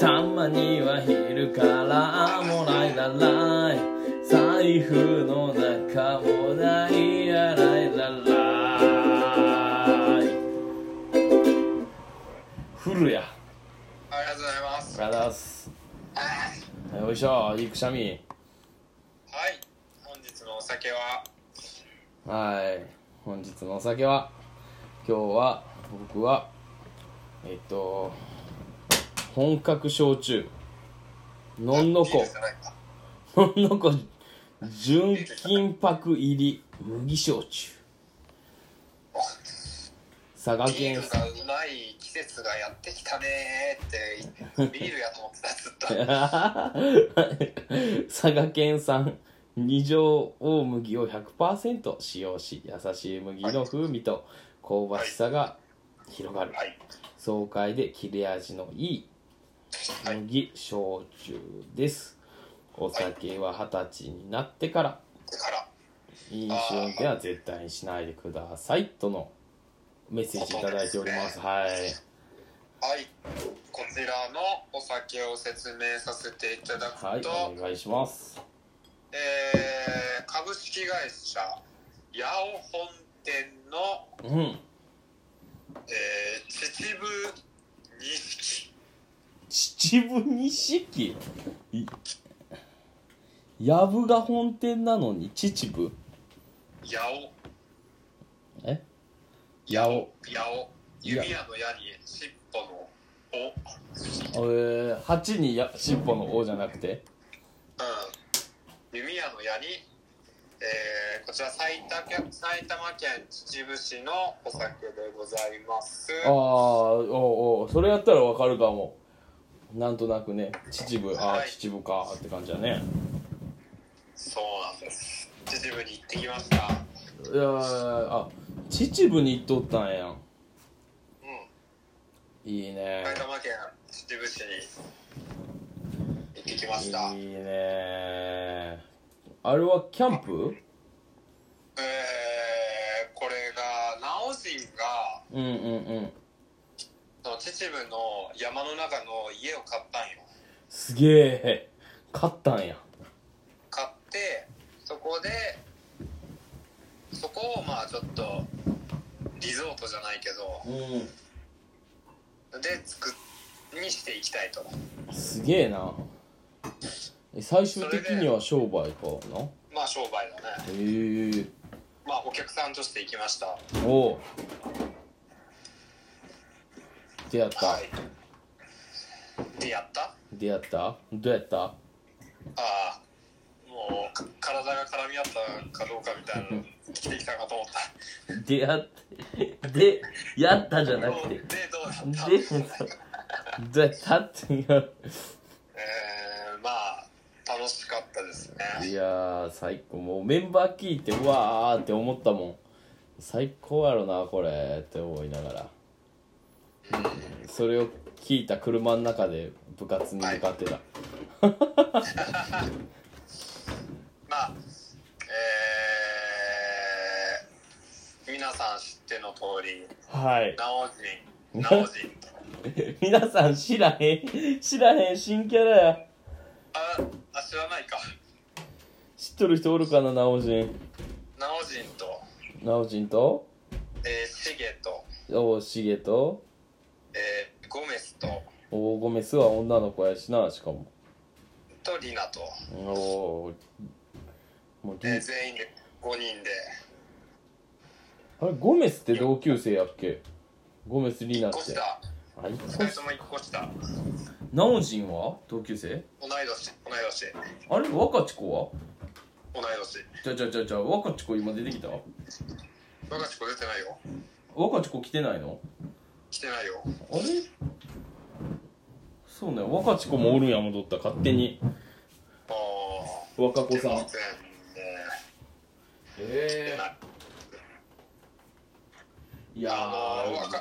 Speaker 1: たまには昼からもらいららい財布の中もないやらいららいフル
Speaker 2: ありがとうございま
Speaker 1: やあり
Speaker 2: す。
Speaker 1: がとうございますはいよいしょいいくしゃみ
Speaker 2: はい、本日のお酒は、
Speaker 1: はい本日のお酒は今日は僕はえっと本格焼酎のんの
Speaker 2: ビー
Speaker 1: こ
Speaker 2: ルじゃないか
Speaker 1: のんのこ純金箔入り麦焼酎佐賀
Speaker 2: ビー
Speaker 1: 県
Speaker 2: ルがうまい季節がやってきたねー
Speaker 1: <laughs>
Speaker 2: って、ビールやと思ってた、ずっと。
Speaker 1: <laughs> 佐賀県産二条大麦を100%使用し優しい麦の風味と香ばしさが広がる
Speaker 2: はい、
Speaker 1: 爽快で切れ味のいい
Speaker 2: はい、
Speaker 1: 麦焼酎ですお酒は二十歳になってから
Speaker 2: から、
Speaker 1: 飲酒運転は絶対にしないでくださいとのメッセージいただいておりますはい
Speaker 2: はい、こちらのお酒を説明させていただくと、
Speaker 1: はいお願いします
Speaker 2: えー株式会社八尾本店の、
Speaker 1: うん
Speaker 2: えー秩父錦
Speaker 1: 秩父錦い藪が本店なのに秩父
Speaker 2: 八尾
Speaker 1: え
Speaker 2: 八尾八尾
Speaker 1: や
Speaker 2: 弓矢の矢に尻尾の尾
Speaker 1: えー、鉢にや尻尾の「尾じゃなくて
Speaker 2: うん、弓矢の矢に、えーこちら埼玉県埼玉県秩父市のお酒でございます。
Speaker 1: ああおうおうそれやったらわかるかもなんとなくね秩父ああ
Speaker 2: はい
Speaker 1: 秩父かーって感じだね
Speaker 2: そうなんです。秩父に行ってきました。
Speaker 1: いやーあ秩父に行っとったんやん
Speaker 2: うん、
Speaker 1: いいね
Speaker 2: 埼玉県秩父市に行ってきました。
Speaker 1: いいねあれはキャンプ
Speaker 2: えーこれが直人が
Speaker 1: うんうんうん
Speaker 2: その秩父の山の中の家を買ったんよ。
Speaker 1: すげえ勝ったんや
Speaker 2: 買ってそこでそこをまあちょっとリゾートじゃないけど
Speaker 1: うん
Speaker 2: で作にしていきたいと
Speaker 1: すげえなえ最終的には商売かな
Speaker 2: まあ商売だね
Speaker 1: へえ
Speaker 2: まあお客さんとして行きましたは
Speaker 1: おう出会った、
Speaker 2: いでやった
Speaker 1: 出会ったどうやった
Speaker 2: ああもうか体が絡み合ったかどうかみたいなの来てきたかと思った
Speaker 1: 出会ってでやったじゃなく
Speaker 2: で
Speaker 1: て
Speaker 2: どうだった
Speaker 1: でそうどうやったっていう
Speaker 2: えー、まあ楽しかったですね
Speaker 1: いやー最高もうメンバー聞いてうわーって思ったもん最高やろなこれって思いながらそれを聞いた車の中で部活に向かってた、
Speaker 2: まあえー、皆さん知っての通り
Speaker 1: はい。
Speaker 2: 直人直人
Speaker 1: <laughs> 皆さん知らへん、知らへん新キャラや。
Speaker 2: ああ知らないか
Speaker 1: 知っとる人おるかな、ナオジン。
Speaker 2: 直人と、
Speaker 1: ナオジンと、
Speaker 2: えー、シゲと、
Speaker 1: おしげと、
Speaker 2: えー、ゴメスと
Speaker 1: おーゴメスは女の子やしな、しかも。
Speaker 2: とリナと、
Speaker 1: おーもうリ
Speaker 2: えー、全員で5人で
Speaker 1: あれ、ゴメスって同級生やっけゴメスリーナっ
Speaker 2: 1個
Speaker 1: て。
Speaker 2: 下
Speaker 1: あ、一個
Speaker 2: 2人とも1個下
Speaker 1: ナオジンは同級生
Speaker 2: 同い年同い年
Speaker 1: あれ、若智子は
Speaker 2: 同い年
Speaker 1: じゃじゃじゃじゃ、若智子今出てきた
Speaker 2: 若し子出てないよ
Speaker 1: 若智子来てないの
Speaker 2: 来てないよ
Speaker 1: あれそうね若智子もおるんや戻った勝手に
Speaker 2: も
Speaker 1: 若
Speaker 2: う
Speaker 1: 子さん
Speaker 2: 全然
Speaker 1: え
Speaker 2: ない
Speaker 1: いや
Speaker 2: あのわ
Speaker 1: ー
Speaker 2: か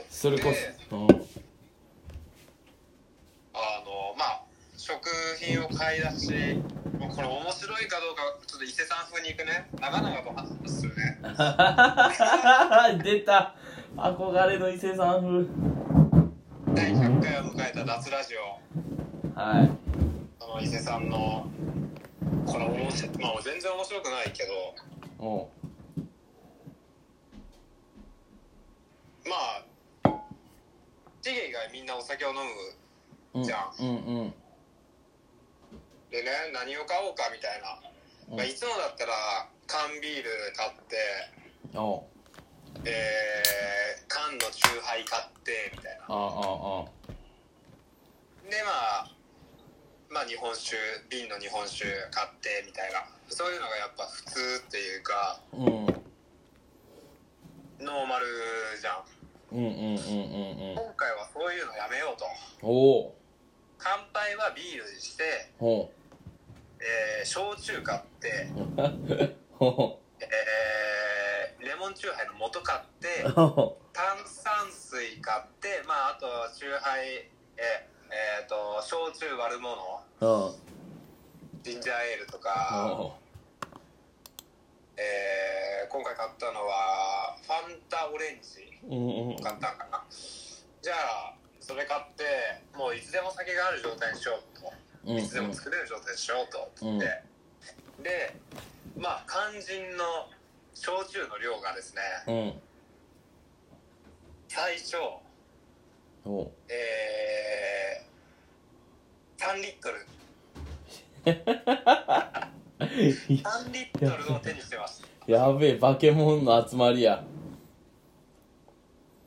Speaker 2: うん
Speaker 1: それこ
Speaker 2: で
Speaker 1: そ、うん、
Speaker 2: あのまあ食品を買い出しもうこれ面白いかどうかちょっと伊勢さん風に行くね長々と話するね
Speaker 1: <laughs> 出た憧れの伊勢さん風
Speaker 2: 第100回を迎えた脱ラジオ
Speaker 1: はい
Speaker 2: あの伊勢さんのこの面白い、まあ、全然面白くないけど
Speaker 1: おう
Speaker 2: まあチゲ以外みんなお酒を飲む
Speaker 1: うん
Speaker 2: じゃあ
Speaker 1: うんうん
Speaker 2: でね何を買おうかみたいな、まあ、いつもだったら缶ビール買って
Speaker 1: おう
Speaker 2: で缶のチューハイ買ってみたいな
Speaker 1: あああ
Speaker 2: でまあまあ日本酒瓶の日本酒買ってみたいなそういうのがやっぱ普通っていうか
Speaker 1: あうん
Speaker 2: ノーマルじゃん
Speaker 1: うんうんうんうんうん
Speaker 2: 今回はそういうのやめようと
Speaker 1: おう
Speaker 2: 乾杯はビールにして、
Speaker 1: ほ
Speaker 2: えー焼酎買って、
Speaker 1: うほ
Speaker 2: えーレモンチューハイの素買って
Speaker 1: うほ
Speaker 2: 炭酸水買ってまああとチューハイえーえーと焼酎割るもの
Speaker 1: ううん
Speaker 2: ジンジャーエールとか、
Speaker 1: お
Speaker 2: えー今回買ったのはファンタオレンジ
Speaker 1: ううんうん
Speaker 2: 買ったんかなじゃあそれ買ってもういつでも酒がある状態にしようと。
Speaker 1: うんうん
Speaker 2: いつでも作れる状態にしようと
Speaker 1: う
Speaker 2: 思
Speaker 1: ん
Speaker 2: って、でまあ肝心の焼酎の量がですね
Speaker 1: うん
Speaker 2: 最初
Speaker 1: おう
Speaker 2: えー、3リットル3リットルを手にしてます
Speaker 1: やべえ化け物の集まりや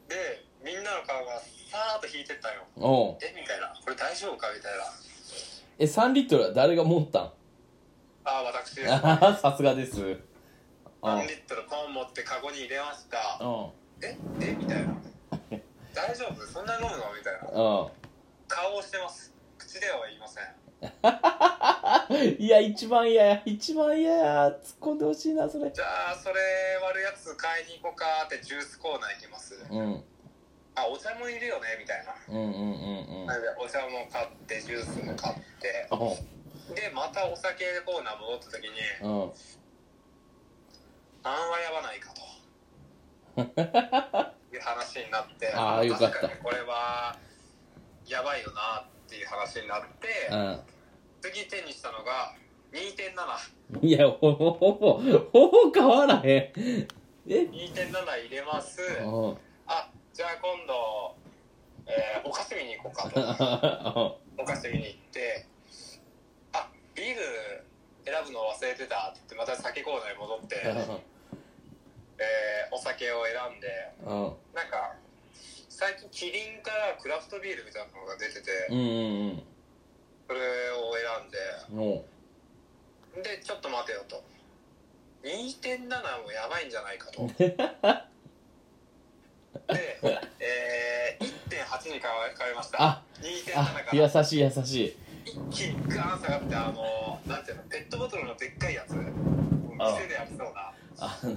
Speaker 2: でみんなの顔がさーっと引いてったよ
Speaker 1: おう
Speaker 2: えみたいなこれ大丈夫かみたいな
Speaker 1: え3リットルは誰が持ったん <laughs>
Speaker 2: ああ私です
Speaker 1: あははさすがですうん
Speaker 2: 3リットルポン持ってカゴに入れました
Speaker 1: うん
Speaker 2: ええみたいな大丈夫そんな飲むのみたいな
Speaker 1: うん
Speaker 2: 顔をしてます口では言いません
Speaker 1: いや、一番嫌や、一番嫌や、突っ込んでほしいな、それ。
Speaker 2: じゃあそれ割るやつ買いに行こうかってジュースコーナー行きます
Speaker 1: うん、
Speaker 2: あお茶もいるよねみたいな、
Speaker 1: うん、うん、うん、うん。
Speaker 2: お茶も買ってジュースも買って
Speaker 1: お
Speaker 2: でまたお酒コーナー戻った時に
Speaker 1: うん。
Speaker 2: あんはやばないかという話になって
Speaker 1: <laughs> あーよかった
Speaker 2: 確かにこれはやばいよなっていう話になって次手にしたのが2.7
Speaker 1: うん。いや、ほ <laughs> ぼ、ほぼ、ほぼ変わらへん。え
Speaker 2: 2.7入れます
Speaker 1: うん。うん。
Speaker 2: あじゃあ今度、えーおかすみに行こうか
Speaker 1: <laughs>
Speaker 2: とお菓子見に行って「あビール選ぶの忘れてた」って言ってまた酒コーナーに戻って、えーお酒を選んで
Speaker 1: うん。
Speaker 2: なんか最近キリンからクラフトビールみたいなのが出てて
Speaker 1: うん、うん、
Speaker 2: それを選んで
Speaker 1: うん。お
Speaker 2: でちょっと待てよと2.7もやばいんじゃない
Speaker 1: <laughs>
Speaker 2: かとで、えー1.8に変わ変えました
Speaker 1: あ
Speaker 2: 2.7
Speaker 1: あ、
Speaker 2: から
Speaker 1: 優しい、優しい。
Speaker 2: 一気にガーン下がってあのなんていうのペットボトルのでっかいやつ
Speaker 1: あ
Speaker 2: 店でやってたのな
Speaker 1: あの、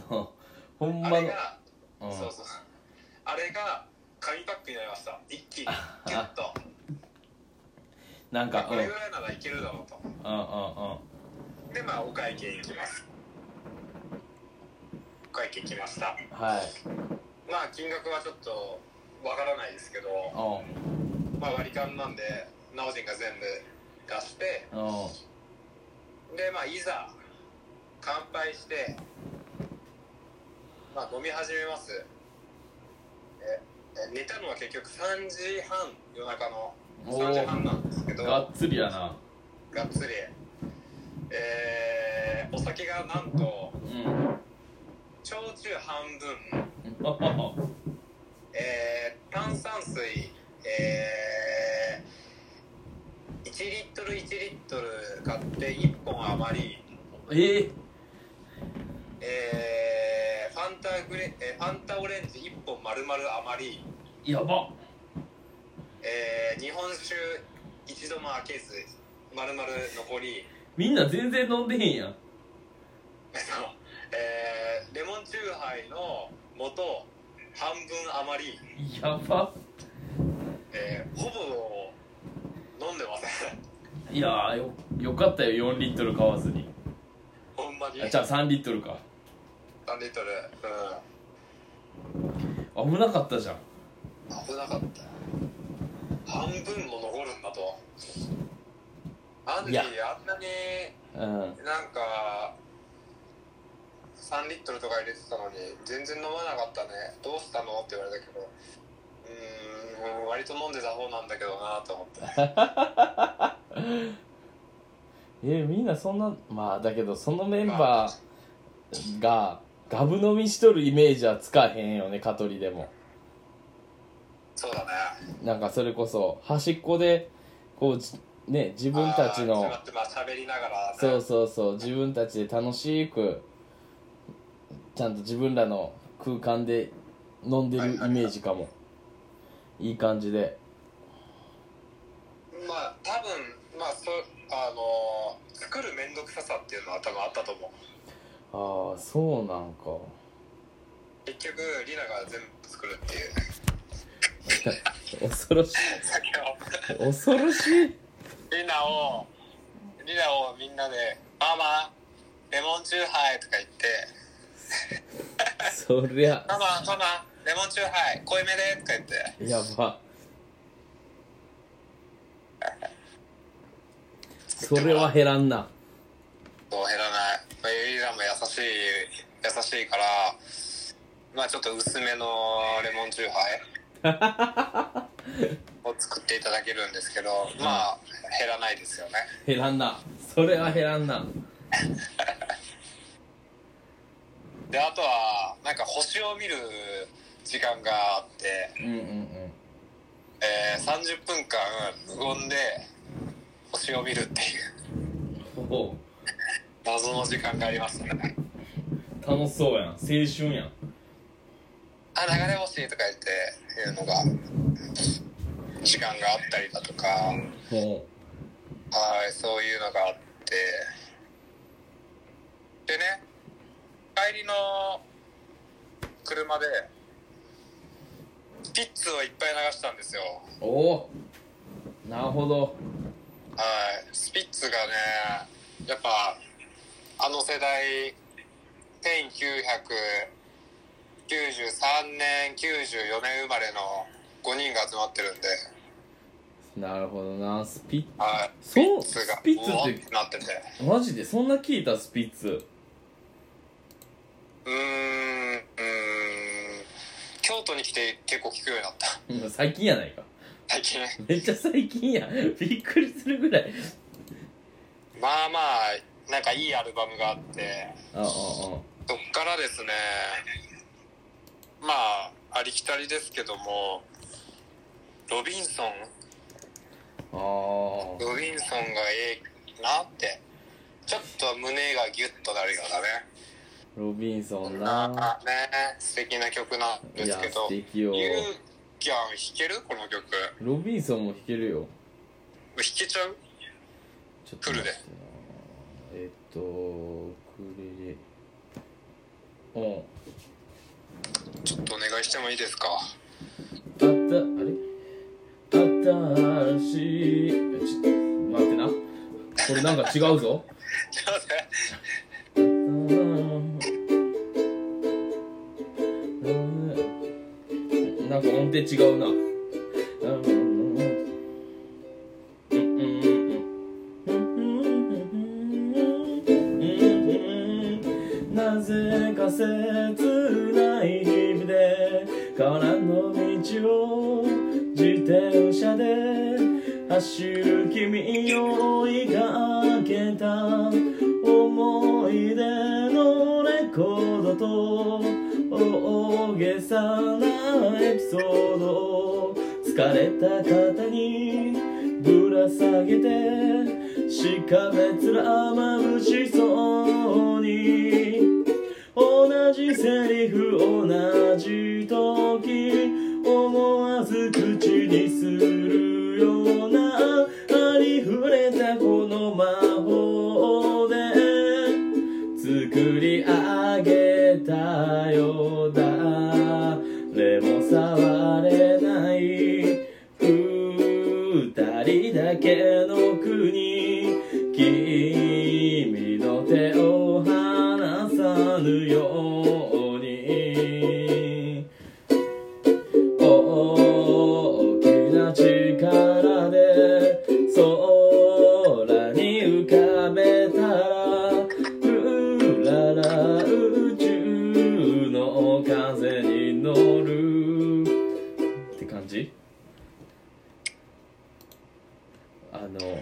Speaker 1: ほん
Speaker 2: あ
Speaker 1: まの
Speaker 2: れ。が、
Speaker 1: うん
Speaker 2: そうそうあれが紙パックになりました一気にギュッと
Speaker 1: なんか、
Speaker 2: こ
Speaker 1: うん、うん、
Speaker 2: れ
Speaker 1: うん、う
Speaker 2: ぐらいならいけるだろうと
Speaker 1: ん。
Speaker 2: でまあお会計行きますお会計来ました
Speaker 1: はい。
Speaker 2: まあ金額はちょっとわからないですけど、
Speaker 1: う
Speaker 2: まあ、割り勘なんで直人が全部出して
Speaker 1: ん、うん。
Speaker 2: でまあいざ乾杯して、まあ、飲み始めますええ寝たのは結局3時半夜中の
Speaker 1: お
Speaker 2: 3時
Speaker 1: ー
Speaker 2: 半なんですけど
Speaker 1: が
Speaker 2: が
Speaker 1: っつりやな。
Speaker 2: っつりえーお酒がなんと
Speaker 1: うん。
Speaker 2: 焼酎半分、
Speaker 1: うん
Speaker 2: えー炭酸水、えー1リットル1リットル買って1本余り
Speaker 1: え
Speaker 2: え
Speaker 1: え
Speaker 2: ーファンタグレ、えーファンタオレンジ1本丸々余り、
Speaker 1: やば。
Speaker 2: えー日本酒一度も開けず丸々残り
Speaker 1: みんな全然飲んでへんやん
Speaker 2: えっとえーレモンチューハイの元半分余り、
Speaker 1: やば
Speaker 2: えーほぼ飲んでません <laughs>
Speaker 1: いやーよよかったよ4リットル買わずに
Speaker 2: ほんまに
Speaker 1: あじゃあ3リットルか
Speaker 2: 3リットル、う
Speaker 1: 危なかったじゃん
Speaker 2: ん、危なかった半分も残るんだとアンデ
Speaker 1: い
Speaker 2: ィ
Speaker 1: や
Speaker 2: あんなに
Speaker 1: うん
Speaker 2: なんか3リットルとか入れてたのに全然飲まなかったねどうしたのって言われたけどうーん割と飲んでた方なんだけどなと思って
Speaker 1: えみんなそんなまあだけどそのメンバーがガブ飲みしとるイメージはつかへんよね香取でも
Speaker 2: そうだね
Speaker 1: なんかそれこそ端っこでこうじね自分たち
Speaker 2: あー
Speaker 1: の
Speaker 2: そうやってまあ喋りながらね、
Speaker 1: そうそうそう自分たちで楽しくちゃんと自分らの空間で飲んでるイメージかもいい感じで
Speaker 2: まあ多分まあそあのー作る面倒くささっていうのは多分あったと思う
Speaker 1: ああそうなんか
Speaker 2: 結局リナが全部作るっていう
Speaker 1: 恐ろしい
Speaker 2: 酒を
Speaker 1: 恐ろしい
Speaker 2: リナをリナをみんなで「ママレモンチューハイ」とか言って
Speaker 1: そりゃ
Speaker 2: ママママレモンチューハイ濃いめでとか言って
Speaker 1: やばそれは減らんな
Speaker 2: そう減らないまあゆりらも優しい優しいからまあちょっと薄めのレモンチューハイ
Speaker 1: <laughs>
Speaker 2: を作っていただけるんですけどまあ減らないですよね
Speaker 1: 減らんなそれは減らんな
Speaker 2: であとはなんか星を見る時間があって
Speaker 1: うんうんうん
Speaker 2: えー、30分間無言で星を見るっていう
Speaker 1: おう
Speaker 2: 謎の時間がありましたね
Speaker 1: 楽しそうやん青春やん
Speaker 2: あ流れ星とか言っていうのが時間があったりだとかはい
Speaker 1: おう
Speaker 2: そういうのがあってでね帰りの車でピッツをいっぱい流したんですよ
Speaker 1: おおなるほど
Speaker 2: はい、スピッツがね、やっぱあの世代、1993年、94年生まれの5人が集まってるんで、
Speaker 1: なるほどなスピ
Speaker 2: はい、スピ
Speaker 1: そ
Speaker 2: ッ
Speaker 1: う
Speaker 2: ツが
Speaker 1: スピッツって
Speaker 2: うおってなってて、
Speaker 1: ッマジでそんな聞いたスピッツ
Speaker 2: うーん、うーん、京都に来て結構聞くようになった、
Speaker 1: うん最近やないか
Speaker 2: 最近。
Speaker 1: めっちゃ最近や <laughs> びっくりするぐらい
Speaker 2: まあまあ、なんかいいアルバムがあって、
Speaker 1: あああ
Speaker 2: そっからですねまあありきたりですけどもロビンソン
Speaker 1: あああ
Speaker 2: ロビンソンがええなってちょっと胸がギュッとなるようなね
Speaker 1: ロビンソ
Speaker 2: こん
Speaker 1: ン
Speaker 2: な
Speaker 1: な
Speaker 2: ね素敵な曲なん
Speaker 1: い
Speaker 2: で
Speaker 1: や
Speaker 2: すけど
Speaker 1: 素
Speaker 2: ゆう
Speaker 1: 敵よ
Speaker 2: きゃん弾けるこの曲
Speaker 1: ロビンソンも弾けるよ
Speaker 2: 弾けちゃう
Speaker 1: ちょっと待ってな
Speaker 2: フ
Speaker 1: えっとウクレレうん
Speaker 2: ちょっとお願いしてもいいですか
Speaker 1: あったあれ新しいえちょっと待ってなこれなんか違うぞ
Speaker 2: すいません
Speaker 1: なんか音程違うな。なぜか切ない日々で空の道を自転車で走る君よ追いかけた思い出のレコードと大げさなエピソードを疲れた方にぶら下げてしかめ面まぶしそうに同じじセリフ同じ時思わず口にするようなありふれたこの魔法で作り上げたようだ誰も触れない二人だけの国君の手を離さぬように大きな力で空に浮かべたらうらら宇宙の風に乗るって感じあの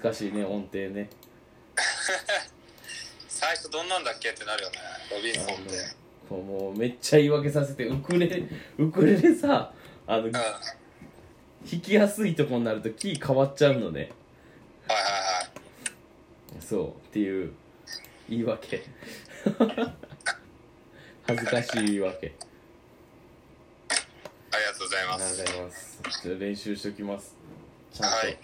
Speaker 1: 難しいね音程ね
Speaker 2: 最初どんなんだっけってなるよねロビンソンって
Speaker 1: あのもうめっちゃ言い訳させてウクレレウクレレさあの
Speaker 2: うんはい
Speaker 1: 弾きやすいとこになるとキー変わっちゃうのね
Speaker 2: はいはい
Speaker 1: そうっていう言い訳 <laughs> 恥ずかしい言い訳
Speaker 2: ありがとうござい
Speaker 1: あ
Speaker 2: ま
Speaker 1: りがとう
Speaker 2: す
Speaker 1: ございますちょっと練習しときますちゃんと、
Speaker 2: はい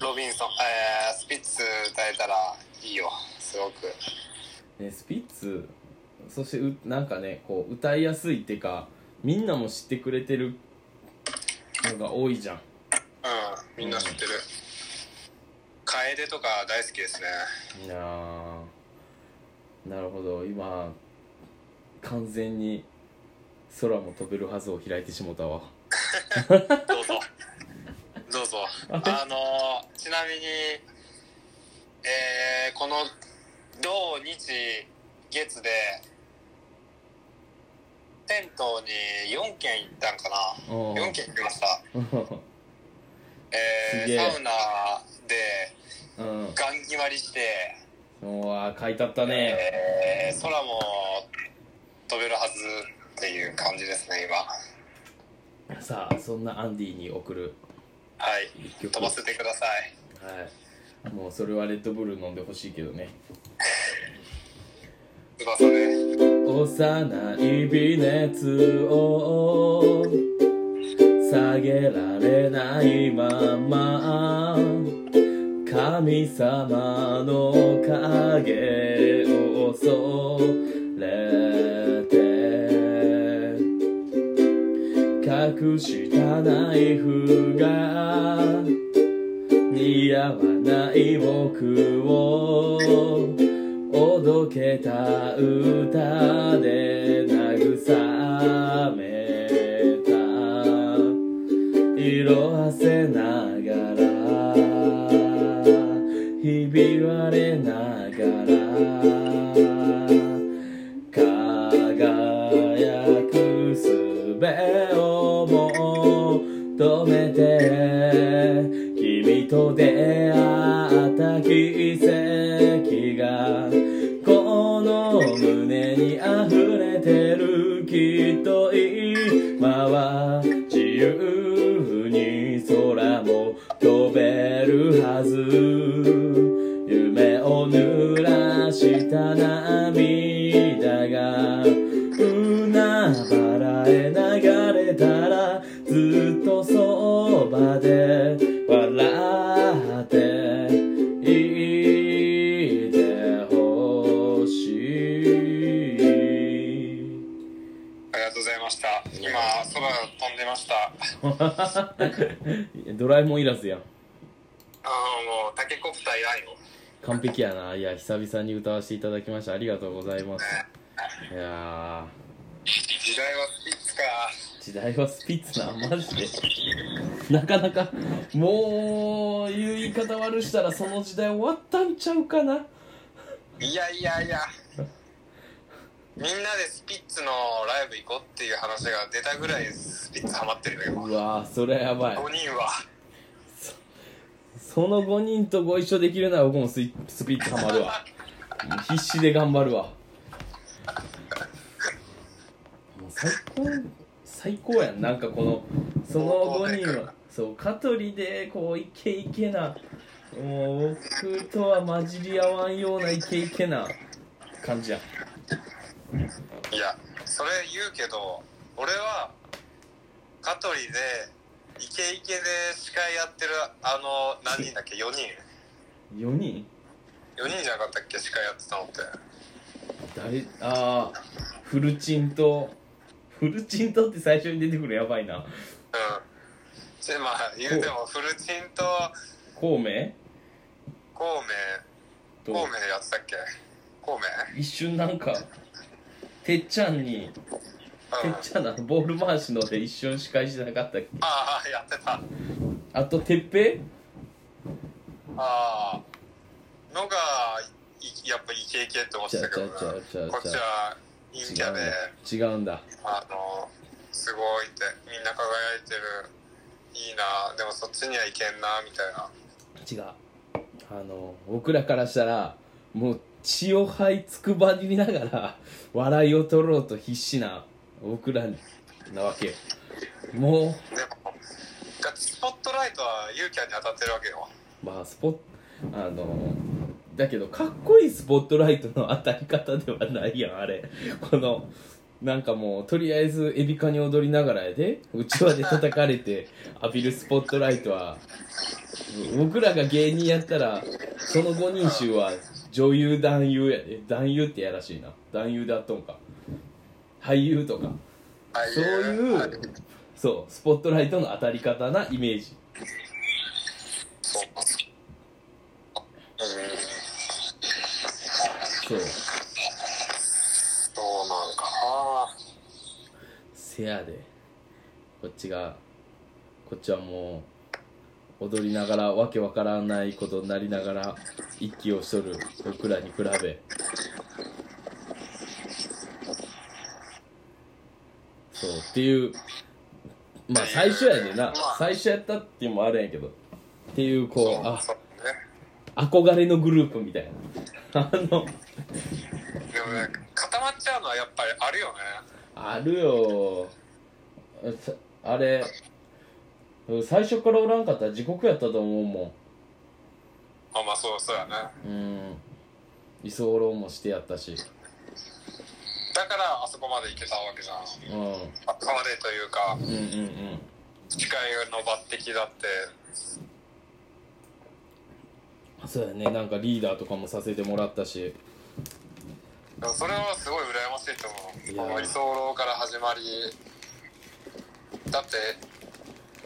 Speaker 2: ロビンソンえー、スピッツ歌えたらいいよすごく
Speaker 1: ね、スピッツそしてうなんかねこう歌いやすいっていうかみんなも知ってくれてるのが多いじゃん
Speaker 2: うんみんな知ってる、楓とか大好きですね
Speaker 1: いやーなるほど今完全に空も飛べるはずを開いてしもたわ
Speaker 2: どうぞどうぞあのーちなみにえー、この土日月で銭湯に4軒行ったんかな
Speaker 1: お
Speaker 2: 4
Speaker 1: <laughs> ー
Speaker 2: 軒行きました
Speaker 1: すげ
Speaker 2: え
Speaker 1: え
Speaker 2: ー、サウナで
Speaker 1: うん
Speaker 2: ガン決まりして、
Speaker 1: うわー書いてあったね
Speaker 2: えー空も飛べるはずっていう感じですね今
Speaker 1: さあそんなアンディに送る
Speaker 2: はい
Speaker 1: 一曲
Speaker 2: 飛ばせてください
Speaker 1: はいもうそれはレッドブル飲んでほしいけどね
Speaker 2: 翼で
Speaker 1: 幼い微熱を下げられないまま神様の影を恐れて隠したナイフが似合わない僕をおどけた歌で慰めた色あせながらひび割れながら輝くすべを求めて君と出会った奇跡がこの胸に溢れてるきっと今は自由に空も飛べるはず夢を濡らした涙が海原へ流れたらずっとそばで笑っていてほしい <laughs>
Speaker 2: ありがとうございました今空飛んでました
Speaker 1: ドラえもんいらずやん
Speaker 2: あのもうタケコプターいらんよ
Speaker 1: 完璧やないや久々に歌わせていただきましたありがとうございますいや
Speaker 2: 時代はスピッツか
Speaker 1: ー時代はスピッツなマジでなかなかもういう言い方悪したらその時代終わったんちゃうかない
Speaker 2: やいやいやみんなでスピッツのライブ行こうっていう話が出たぐらいスピッツハマってるよ今
Speaker 1: うわーそれはやばい
Speaker 2: 5人は
Speaker 1: その5人とご一緒できるなら僕もスイスピッツハマるわ必死で頑張るわもう最高最高やんなんかこのその5人はそう香取でこうイケイケなもう僕とは混じり合わんようなイケイケな感じやん
Speaker 2: それ言うけど俺は香取でイケイケで司会やってるあの何人だっけ4人
Speaker 1: 4人
Speaker 2: 4人じゃなかったっけ司会やってたのって
Speaker 1: 誰ああフルチンとフルチンとって最初に出てくるやばいな
Speaker 2: うんでまあ言うてもフルチンと
Speaker 1: 孔明
Speaker 2: 孔明孔
Speaker 1: と
Speaker 2: 明やってたっけ孔明
Speaker 1: 一瞬なんかてっちゃんに
Speaker 2: う
Speaker 1: て
Speaker 2: ん
Speaker 1: っちゃんだボール回しので一瞬司会してなかったっけ
Speaker 2: ああやってた
Speaker 1: あとてっぺ
Speaker 2: ああのがいやっぱイケイケって思ってたけどな
Speaker 1: ちゃうちゃうちゃうちゃう
Speaker 2: こっちは陰キャで
Speaker 1: 違うんだ
Speaker 2: あのすごいってみんな輝いてるいいなでもそっちにはいけんなみたいな
Speaker 1: 違うあの僕らからしたらもう血を這いつくばりながら笑いを取ろうと必死な僕らなわけよも
Speaker 2: でもだってスポットライトはユーキャンに当たってるわけよ
Speaker 1: うまあスポッあのだけどかっこいいスポットライトの当たり方ではないやんあれこのなんかもうとりあえずエビカに踊りながらやでうちわで叩かれて浴びるスポットライトは僕らが芸人やったらその5人衆は女優男優やで男優ってやらしいな男優だとんか俳優とか
Speaker 2: ああい
Speaker 1: そうい
Speaker 2: あれ
Speaker 1: うそうスポットライトの当たり方なイメージ
Speaker 2: そううん
Speaker 1: そう
Speaker 2: そうなんかな
Speaker 1: せやでこっちがこっちはもう踊りながらわけわからないことになりながら一気をしとる僕らに比べそうっていうまあ最初やねんな最初やったっていうのもあるんやけどっていうこうあ
Speaker 2: そうね
Speaker 1: 憧れのグループみたいな <laughs> あの
Speaker 2: でもね固まっちゃうのはやっぱりあるよね
Speaker 1: あるよさあれ最初からおらんかったら地獄やったと思うも
Speaker 2: あまあそうそうやね
Speaker 1: んうん居候もしてやったし
Speaker 2: だからあそこまで行けたわけじゃんあ
Speaker 1: うんうん
Speaker 2: そこまでというか
Speaker 1: うんうん
Speaker 2: 司会の抜擢だって
Speaker 1: そうやねなんかリーダーとかもさせてもらったし
Speaker 2: でもそれはすごい羨ましいと
Speaker 1: い
Speaker 2: 思
Speaker 1: や
Speaker 2: うこの居候から始まりだって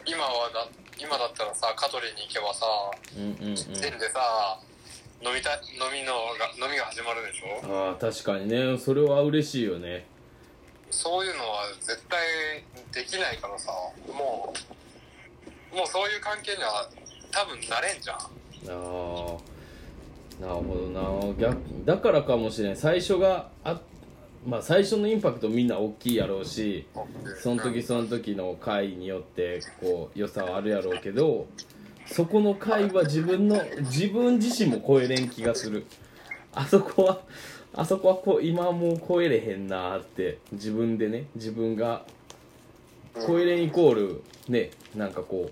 Speaker 2: 今はだ今だったらさ香取に行けばさ
Speaker 1: うんうんうん
Speaker 2: 全でさ飲みた飲みのが飲みが始まるでしょ
Speaker 1: ああ確かにねそれは嬉しいよね
Speaker 2: そういうのは絶対できないからさもうもうそういう関係には多分なれんじゃん
Speaker 1: ああなるほどな逆だからかもしれん最初があまあ最初のインパクトみんな大きいやろうしその時その時の回によってこう良さはあるやろうけどそこの回は自分の自分自身も超えれん気がするあそこはあそこはこう今はもう超えれへんなーって自分でね自分が超えれんイコールねなんかこう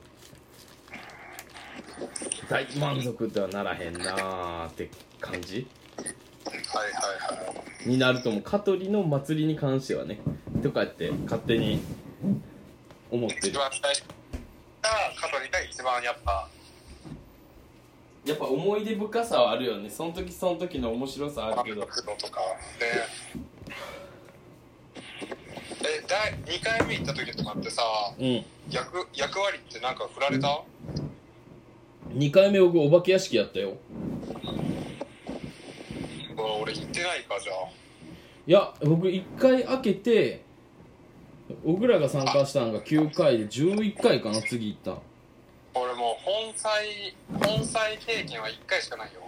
Speaker 1: 大満足ではならへんなーって感じ
Speaker 2: はいはいはい
Speaker 1: になるともう香取の祭りに関してはねとかって勝手に思って
Speaker 2: 一
Speaker 1: る
Speaker 2: 番最初が香取が一番やっぱ
Speaker 1: やっぱ思い出深さはあるよねその時その時の面白さあるけど
Speaker 2: 満足度とかねえ第2回目行った時とかってさ
Speaker 1: うん
Speaker 2: 役役割ってなんか振られた
Speaker 1: 2回目僕お化け屋敷やったよ
Speaker 2: うわ俺行ってないかじゃあ
Speaker 1: いや僕1回開けて僕らが参加したのが9回で11回かな次行ったの
Speaker 2: 俺もう本妻本妻経験は1回しかないよ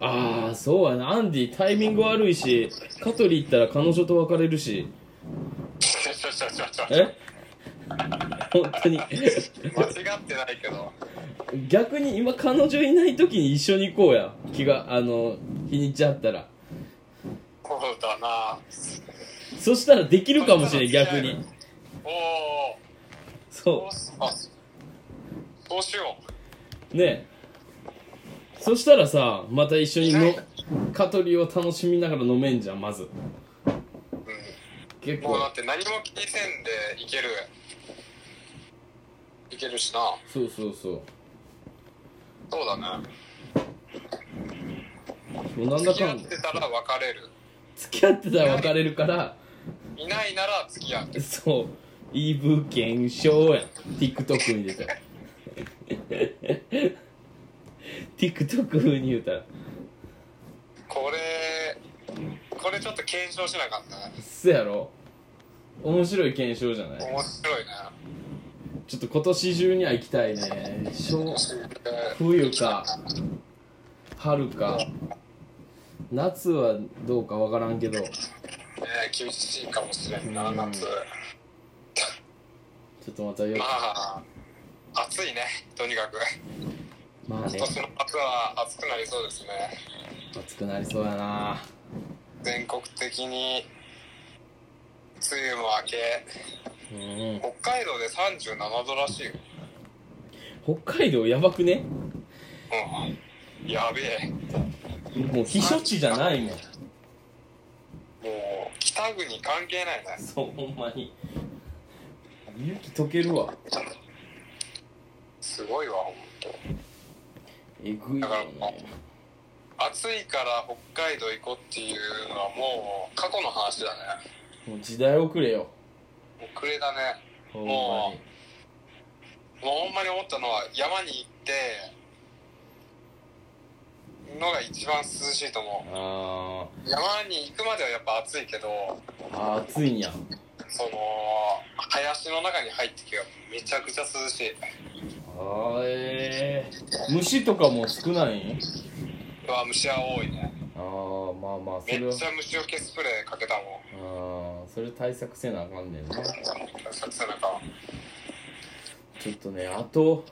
Speaker 1: ああそうやなアンディタイミング悪いし香取行ったら彼女と別れるし
Speaker 2: ちょちょちょちょちょ
Speaker 1: え <laughs> 本当に
Speaker 2: 間違ってないけど
Speaker 1: 逆に今彼女いない時に一緒に行こうや気があの日にちあったら
Speaker 2: そうだな
Speaker 1: そしたらできるかもしれん逆に
Speaker 2: おお
Speaker 1: そ
Speaker 2: あそうしよ
Speaker 1: うねえそしたらさまた一緒に
Speaker 2: は
Speaker 1: の
Speaker 2: い
Speaker 1: 香取を楽しみながら飲めんじゃんまず
Speaker 2: う、うん、
Speaker 1: 結
Speaker 2: もうだ
Speaker 1: 構
Speaker 2: って何も気にせんでいけるいけるしな
Speaker 1: そうそうそう
Speaker 2: そうだね
Speaker 1: そうなん
Speaker 2: 付
Speaker 1: だ
Speaker 2: き
Speaker 1: か
Speaker 2: 合っ
Speaker 1: んだ
Speaker 2: てたら別れる
Speaker 1: 付き合ってたら別れるから
Speaker 2: いないなら付き合う
Speaker 1: そうイブ検証やん TikTok に出たら <laughs> TikTok 風に言うたら
Speaker 2: これこれちょっと検証しなかったね
Speaker 1: そやろ面白い検証じゃない
Speaker 2: 面白いね
Speaker 1: ちょっと今年中には行きたいねしょ
Speaker 2: えー
Speaker 1: 冬か春か夏はどうかわからんけどち
Speaker 2: ね厳しいかもしれんな
Speaker 1: うん
Speaker 2: 夏
Speaker 1: ょっとまたよ
Speaker 2: まあ暑いねとにかく
Speaker 1: まあね
Speaker 2: 今年の夏は暑くなりそうですね
Speaker 1: 暑くなりそうやな
Speaker 2: 全国的に梅雨も明け
Speaker 1: うん
Speaker 2: 北海道で37度らしいよ、
Speaker 1: 北海道やばくね
Speaker 2: うん、やべえ
Speaker 1: もう避暑地じゃないもん
Speaker 2: もう北国関係ないね
Speaker 1: そうほんまに雪溶けるわ
Speaker 2: すごいわほんと
Speaker 1: えぐいよね
Speaker 2: 暑いから北海道行こうっていうのはもう過去の話だね
Speaker 1: もう時代遅れよ
Speaker 2: 遅れだね
Speaker 1: ほんまに
Speaker 2: もうほんまに思ったのは山に行ってのが一番涼しいと思
Speaker 1: あ
Speaker 2: う山に行くまではやっぱ暑いけど
Speaker 1: ーあー暑いんや
Speaker 2: その林の中に入ってきがめちゃくちゃ涼しい
Speaker 1: あーえー、虫とかも少ないん
Speaker 2: うわ虫は多いね
Speaker 1: ああまあまあそ
Speaker 2: め
Speaker 1: れ
Speaker 2: っ
Speaker 1: は
Speaker 2: ちゃ虫除けスプレーかけたもん
Speaker 1: あーそれ対策せなあかんねんな
Speaker 2: さ背中
Speaker 1: ちょっとねあと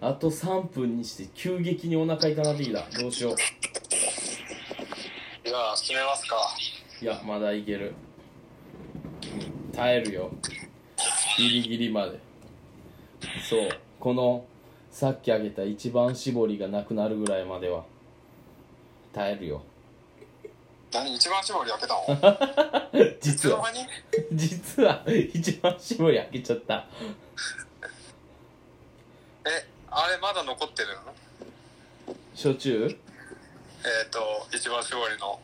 Speaker 1: あと3分にして急激にお腹痛なってきたどうしよう
Speaker 2: じゃあ閉めますか
Speaker 1: いやまだいける耐えるよギリギリまでそうこのさっきあげた一番絞りがなくなるぐらいまでは耐えるよ <laughs>
Speaker 2: 何一番絞り開 <laughs> けたのいつ
Speaker 1: 実
Speaker 2: の
Speaker 1: は
Speaker 2: 間に
Speaker 1: 実は一番絞り開けちゃった
Speaker 2: えあれまだ残ってるの
Speaker 1: 焼酎
Speaker 2: えっ、ー、と一番絞りの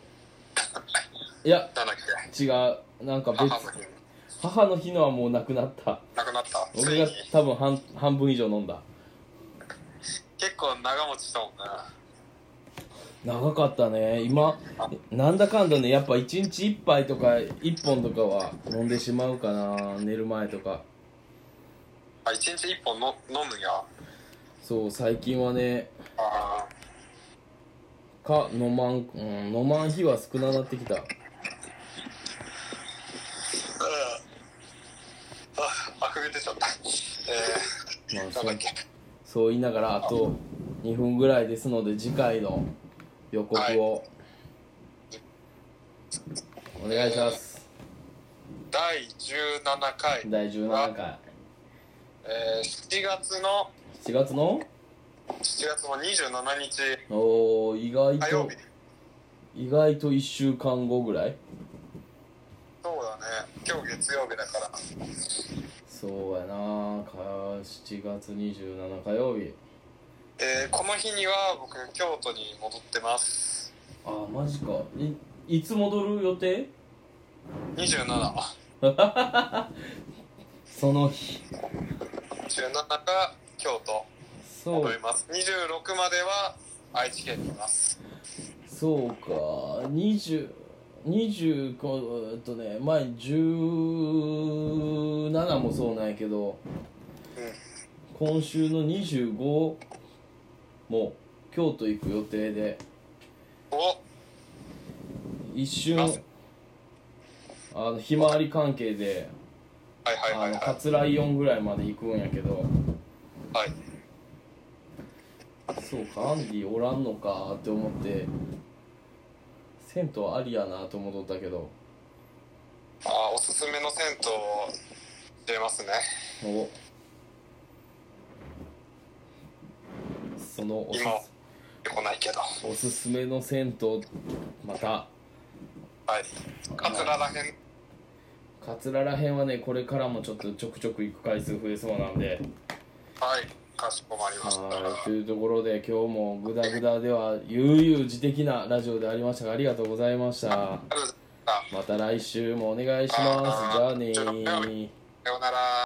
Speaker 1: いや
Speaker 2: なんだっけ
Speaker 1: 違うなんか
Speaker 2: 母
Speaker 1: 別
Speaker 2: の日
Speaker 1: 母の日のはもうなくなった
Speaker 2: なくなったつ
Speaker 1: 俺
Speaker 2: いに
Speaker 1: が多分半半分以上飲んだ
Speaker 2: 結構長持ちしたもんね
Speaker 1: 長かったね今なんだかんだねやっぱ1日1杯とか1本とかは飲んでしまうかな寝る前とか
Speaker 2: あ一日一本の飲むんや
Speaker 1: そう最近はね
Speaker 2: あ
Speaker 1: か飲まん、うん、飲まん日は少ななってきた
Speaker 2: ーああくび出ちゃったえ
Speaker 1: まあ
Speaker 2: ー、なんだっけ
Speaker 1: そう言いながらあと2分ぐらいですので次回の予告をお願いします
Speaker 2: 第17回、
Speaker 1: 第17回
Speaker 2: えー、7月の
Speaker 1: 7月の
Speaker 2: 7月の27日
Speaker 1: おー意外
Speaker 2: 火曜
Speaker 1: と
Speaker 2: 日
Speaker 1: 意外と1週間後ぐらい
Speaker 2: そうだね今日月曜日だから
Speaker 1: そうやなか7月27火曜日
Speaker 2: えー、この日には僕京都に戻ってます
Speaker 1: あーマジかいいつ戻る予定
Speaker 2: 2717が
Speaker 1: その日
Speaker 2: 京都
Speaker 1: そ
Speaker 2: 戻
Speaker 1: う
Speaker 2: ります26までは愛知県にいます
Speaker 1: そうか20 20こうえっとね前17もそうなんやけ
Speaker 2: う
Speaker 1: ど
Speaker 2: ん
Speaker 1: 今週の25も京都行く予定で
Speaker 2: お
Speaker 1: 一瞬あのひまわり関係で
Speaker 2: はいはいは
Speaker 1: あ
Speaker 2: い
Speaker 1: の
Speaker 2: は
Speaker 1: 桂イオンぐらいまで行くんやけど
Speaker 2: いはい
Speaker 1: そうかアンディおらんのかって思って銭湯ありやなと思っとったけど
Speaker 2: あーおすすめの銭湯を出ますね
Speaker 1: おそのおす
Speaker 2: 今来ないけど
Speaker 1: おすすめの銭湯また
Speaker 2: はい桂らへん
Speaker 1: 桂らへんはねこれからもちょっとちょくちょく行く回数増えそうなんで
Speaker 2: はいかしこまりました
Speaker 1: はいというところで今日もグダグダでは悠々自適なラジオでありましたがありがとうございました
Speaker 2: ありがとうございました
Speaker 1: また来週もお願いしますじゃあねー
Speaker 2: さようなら